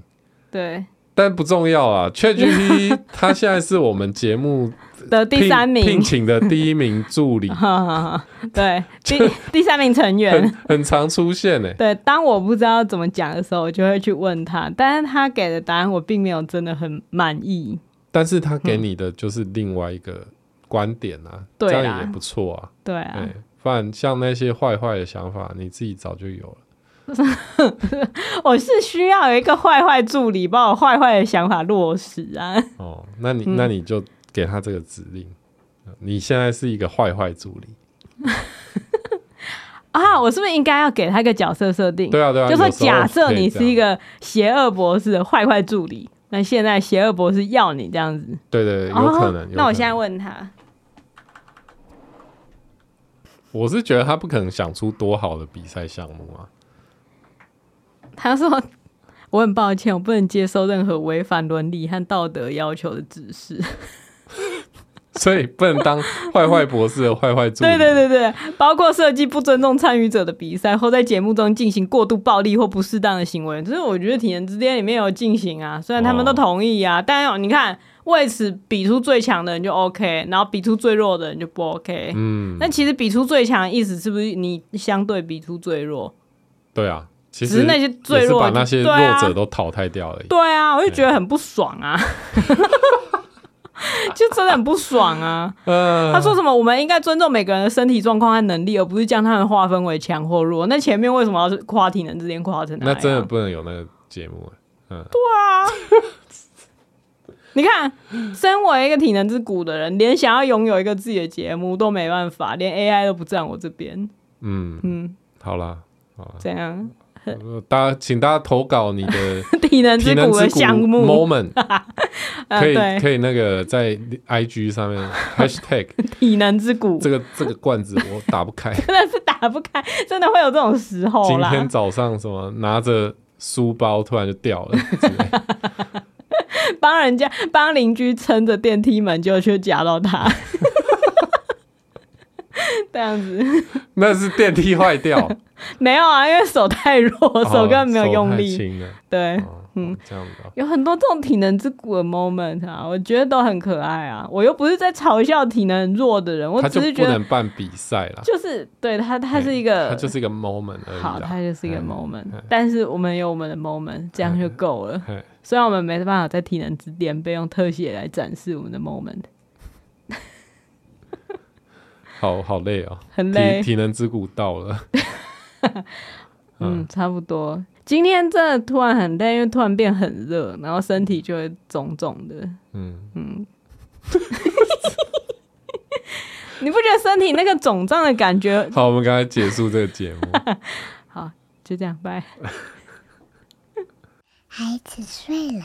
[SPEAKER 2] 对
[SPEAKER 1] 但不重要啊，ChatGPT 它现在是我们节目
[SPEAKER 2] 的第三
[SPEAKER 1] 聘聘
[SPEAKER 2] 名，，
[SPEAKER 1] 请的第一名助理
[SPEAKER 2] 哈哈哈 对第第三名 成
[SPEAKER 1] 很
[SPEAKER 2] 员。
[SPEAKER 1] 很常出现欸呢、
[SPEAKER 2] 对，当我不知道怎么讲的时候，我就会去问他，但是他给的答案我并没有真的很满意。
[SPEAKER 1] 但是他给你的就是另外一个观点啊，
[SPEAKER 2] 嗯对
[SPEAKER 1] 这
[SPEAKER 2] 啦
[SPEAKER 1] 样也不错啊。
[SPEAKER 2] 对
[SPEAKER 1] 对、
[SPEAKER 2] 啊，
[SPEAKER 1] 不然像那些坏坏的想法，你自己早就有了。
[SPEAKER 2] 我是需要有一个坏坏助理把我坏坏的想法落实啊。
[SPEAKER 1] 哦，那你、那你就给他这个指令。你现在是一个坏坏助理，
[SPEAKER 2] 啊，我是不是应该要给他一个角色设定？
[SPEAKER 1] 对啊对啊
[SPEAKER 2] 就说
[SPEAKER 1] 有时候
[SPEAKER 2] 假设
[SPEAKER 1] 可以
[SPEAKER 2] 你
[SPEAKER 1] 这
[SPEAKER 2] 是
[SPEAKER 1] 样
[SPEAKER 2] 一个邪恶博士的坏坏助理，那现在邪恶博士要你这样子，
[SPEAKER 1] 对对对，有可能。
[SPEAKER 2] 哦
[SPEAKER 1] 有
[SPEAKER 2] 那我
[SPEAKER 1] 可
[SPEAKER 2] 现在
[SPEAKER 1] 能
[SPEAKER 2] 问他，
[SPEAKER 1] 我是觉得他不可能想出多好的比赛项目啊。
[SPEAKER 2] 他说我很抱歉，我不能接受任何违反伦理和道德要求的指示。
[SPEAKER 1] 所以不能当坏坏博士的坏坏助理。
[SPEAKER 2] 对对对对，包括设计不尊重参与者的比赛，或在节目中进行过度暴力或不适当的行为，这是我觉得体能之巅里面有进行啊。虽然他们都
[SPEAKER 1] 哦
[SPEAKER 2] 同意啊，但有你看为此比出最强的人就 OK，然后比出最弱的人就不 OK。
[SPEAKER 1] 嗯，
[SPEAKER 2] 那其实比出最强的意思是不是你相对比出最弱？
[SPEAKER 1] 对啊，其
[SPEAKER 2] 只
[SPEAKER 1] 实
[SPEAKER 2] 是那些最
[SPEAKER 1] 也是
[SPEAKER 2] 弱
[SPEAKER 1] 把
[SPEAKER 2] 的
[SPEAKER 1] 那些
[SPEAKER 2] 对啊
[SPEAKER 1] 弱者哎都淘汰掉而已。
[SPEAKER 2] 对啊，我就觉得很不爽啊， 就真的很不爽啊。
[SPEAKER 1] 呃，
[SPEAKER 2] 他说什么？我们应该尊重每个人的身体状况和能力，而不是将他们划分为强或弱。那前面为什么要是夸体能之间夸成那
[SPEAKER 1] 那
[SPEAKER 2] 样
[SPEAKER 1] 真的不能有那个节目了。
[SPEAKER 2] 你看，身为一个体能之骨的人，连想要拥有一个自己的节目都没办法，连 AI 都不站我这边，
[SPEAKER 1] 嗯嗯，好啦，
[SPEAKER 2] 怎样？
[SPEAKER 1] 呃大家请大家投稿你的
[SPEAKER 2] 体能
[SPEAKER 1] 体
[SPEAKER 2] 之
[SPEAKER 1] 能
[SPEAKER 2] 骨
[SPEAKER 1] 之
[SPEAKER 2] 的
[SPEAKER 1] 谷
[SPEAKER 2] 项目，
[SPEAKER 1] moment，
[SPEAKER 2] 呃
[SPEAKER 1] 可以
[SPEAKER 2] 对
[SPEAKER 1] 可以那个在 IG 上 面 hashtag
[SPEAKER 2] 体能之骨
[SPEAKER 1] 这个这个罐子我打不 开。
[SPEAKER 2] 真的是打不开，真的会有这种时候
[SPEAKER 1] 今
[SPEAKER 2] 啦。
[SPEAKER 1] 天早上什么拿着书包突然就掉了 之类的，
[SPEAKER 2] 帮人家帮邻居撑着电梯门，就去夹 到他，这样子。
[SPEAKER 1] 那是电梯坏掉，
[SPEAKER 2] 没有啊，因为手太弱， 手根本没有
[SPEAKER 1] 哦
[SPEAKER 2] 用
[SPEAKER 1] 手太
[SPEAKER 2] 力。
[SPEAKER 1] 轻了。
[SPEAKER 2] 对，
[SPEAKER 1] 嗯，这样子啊。
[SPEAKER 2] 有很多这种体能之骨的 moment 啊，我觉得都很可爱啊。我又不是在嘲笑体能很弱的人，我
[SPEAKER 1] 他
[SPEAKER 2] 只
[SPEAKER 1] 就是
[SPEAKER 2] 觉
[SPEAKER 1] 不
[SPEAKER 2] 得
[SPEAKER 1] 能办比赛啦，
[SPEAKER 2] 就是对他，他
[SPEAKER 1] 嘿
[SPEAKER 2] 是一个
[SPEAKER 1] 他就是一个 moment 而已啦。
[SPEAKER 2] 好，他就是一个
[SPEAKER 1] 嗯
[SPEAKER 2] moment
[SPEAKER 1] 嗯。
[SPEAKER 2] 但是我们有我们的 moment，这样就够了。
[SPEAKER 1] 嘿
[SPEAKER 2] 虽然我们没办法在体能之巅被用特写来展示我们的 moment，
[SPEAKER 1] 好好累哦，
[SPEAKER 2] 很累
[SPEAKER 1] 体。体能之谷到了，
[SPEAKER 2] 嗯，差不多。今天真的突然很累，因为突然变很热，然后身体就会肿肿的。
[SPEAKER 1] 嗯，
[SPEAKER 2] 你不觉得身体那个肿胀的感觉？
[SPEAKER 1] 好，我们刚才结束这个节目。
[SPEAKER 2] 好，就这样，拜。
[SPEAKER 3] 孩子睡了，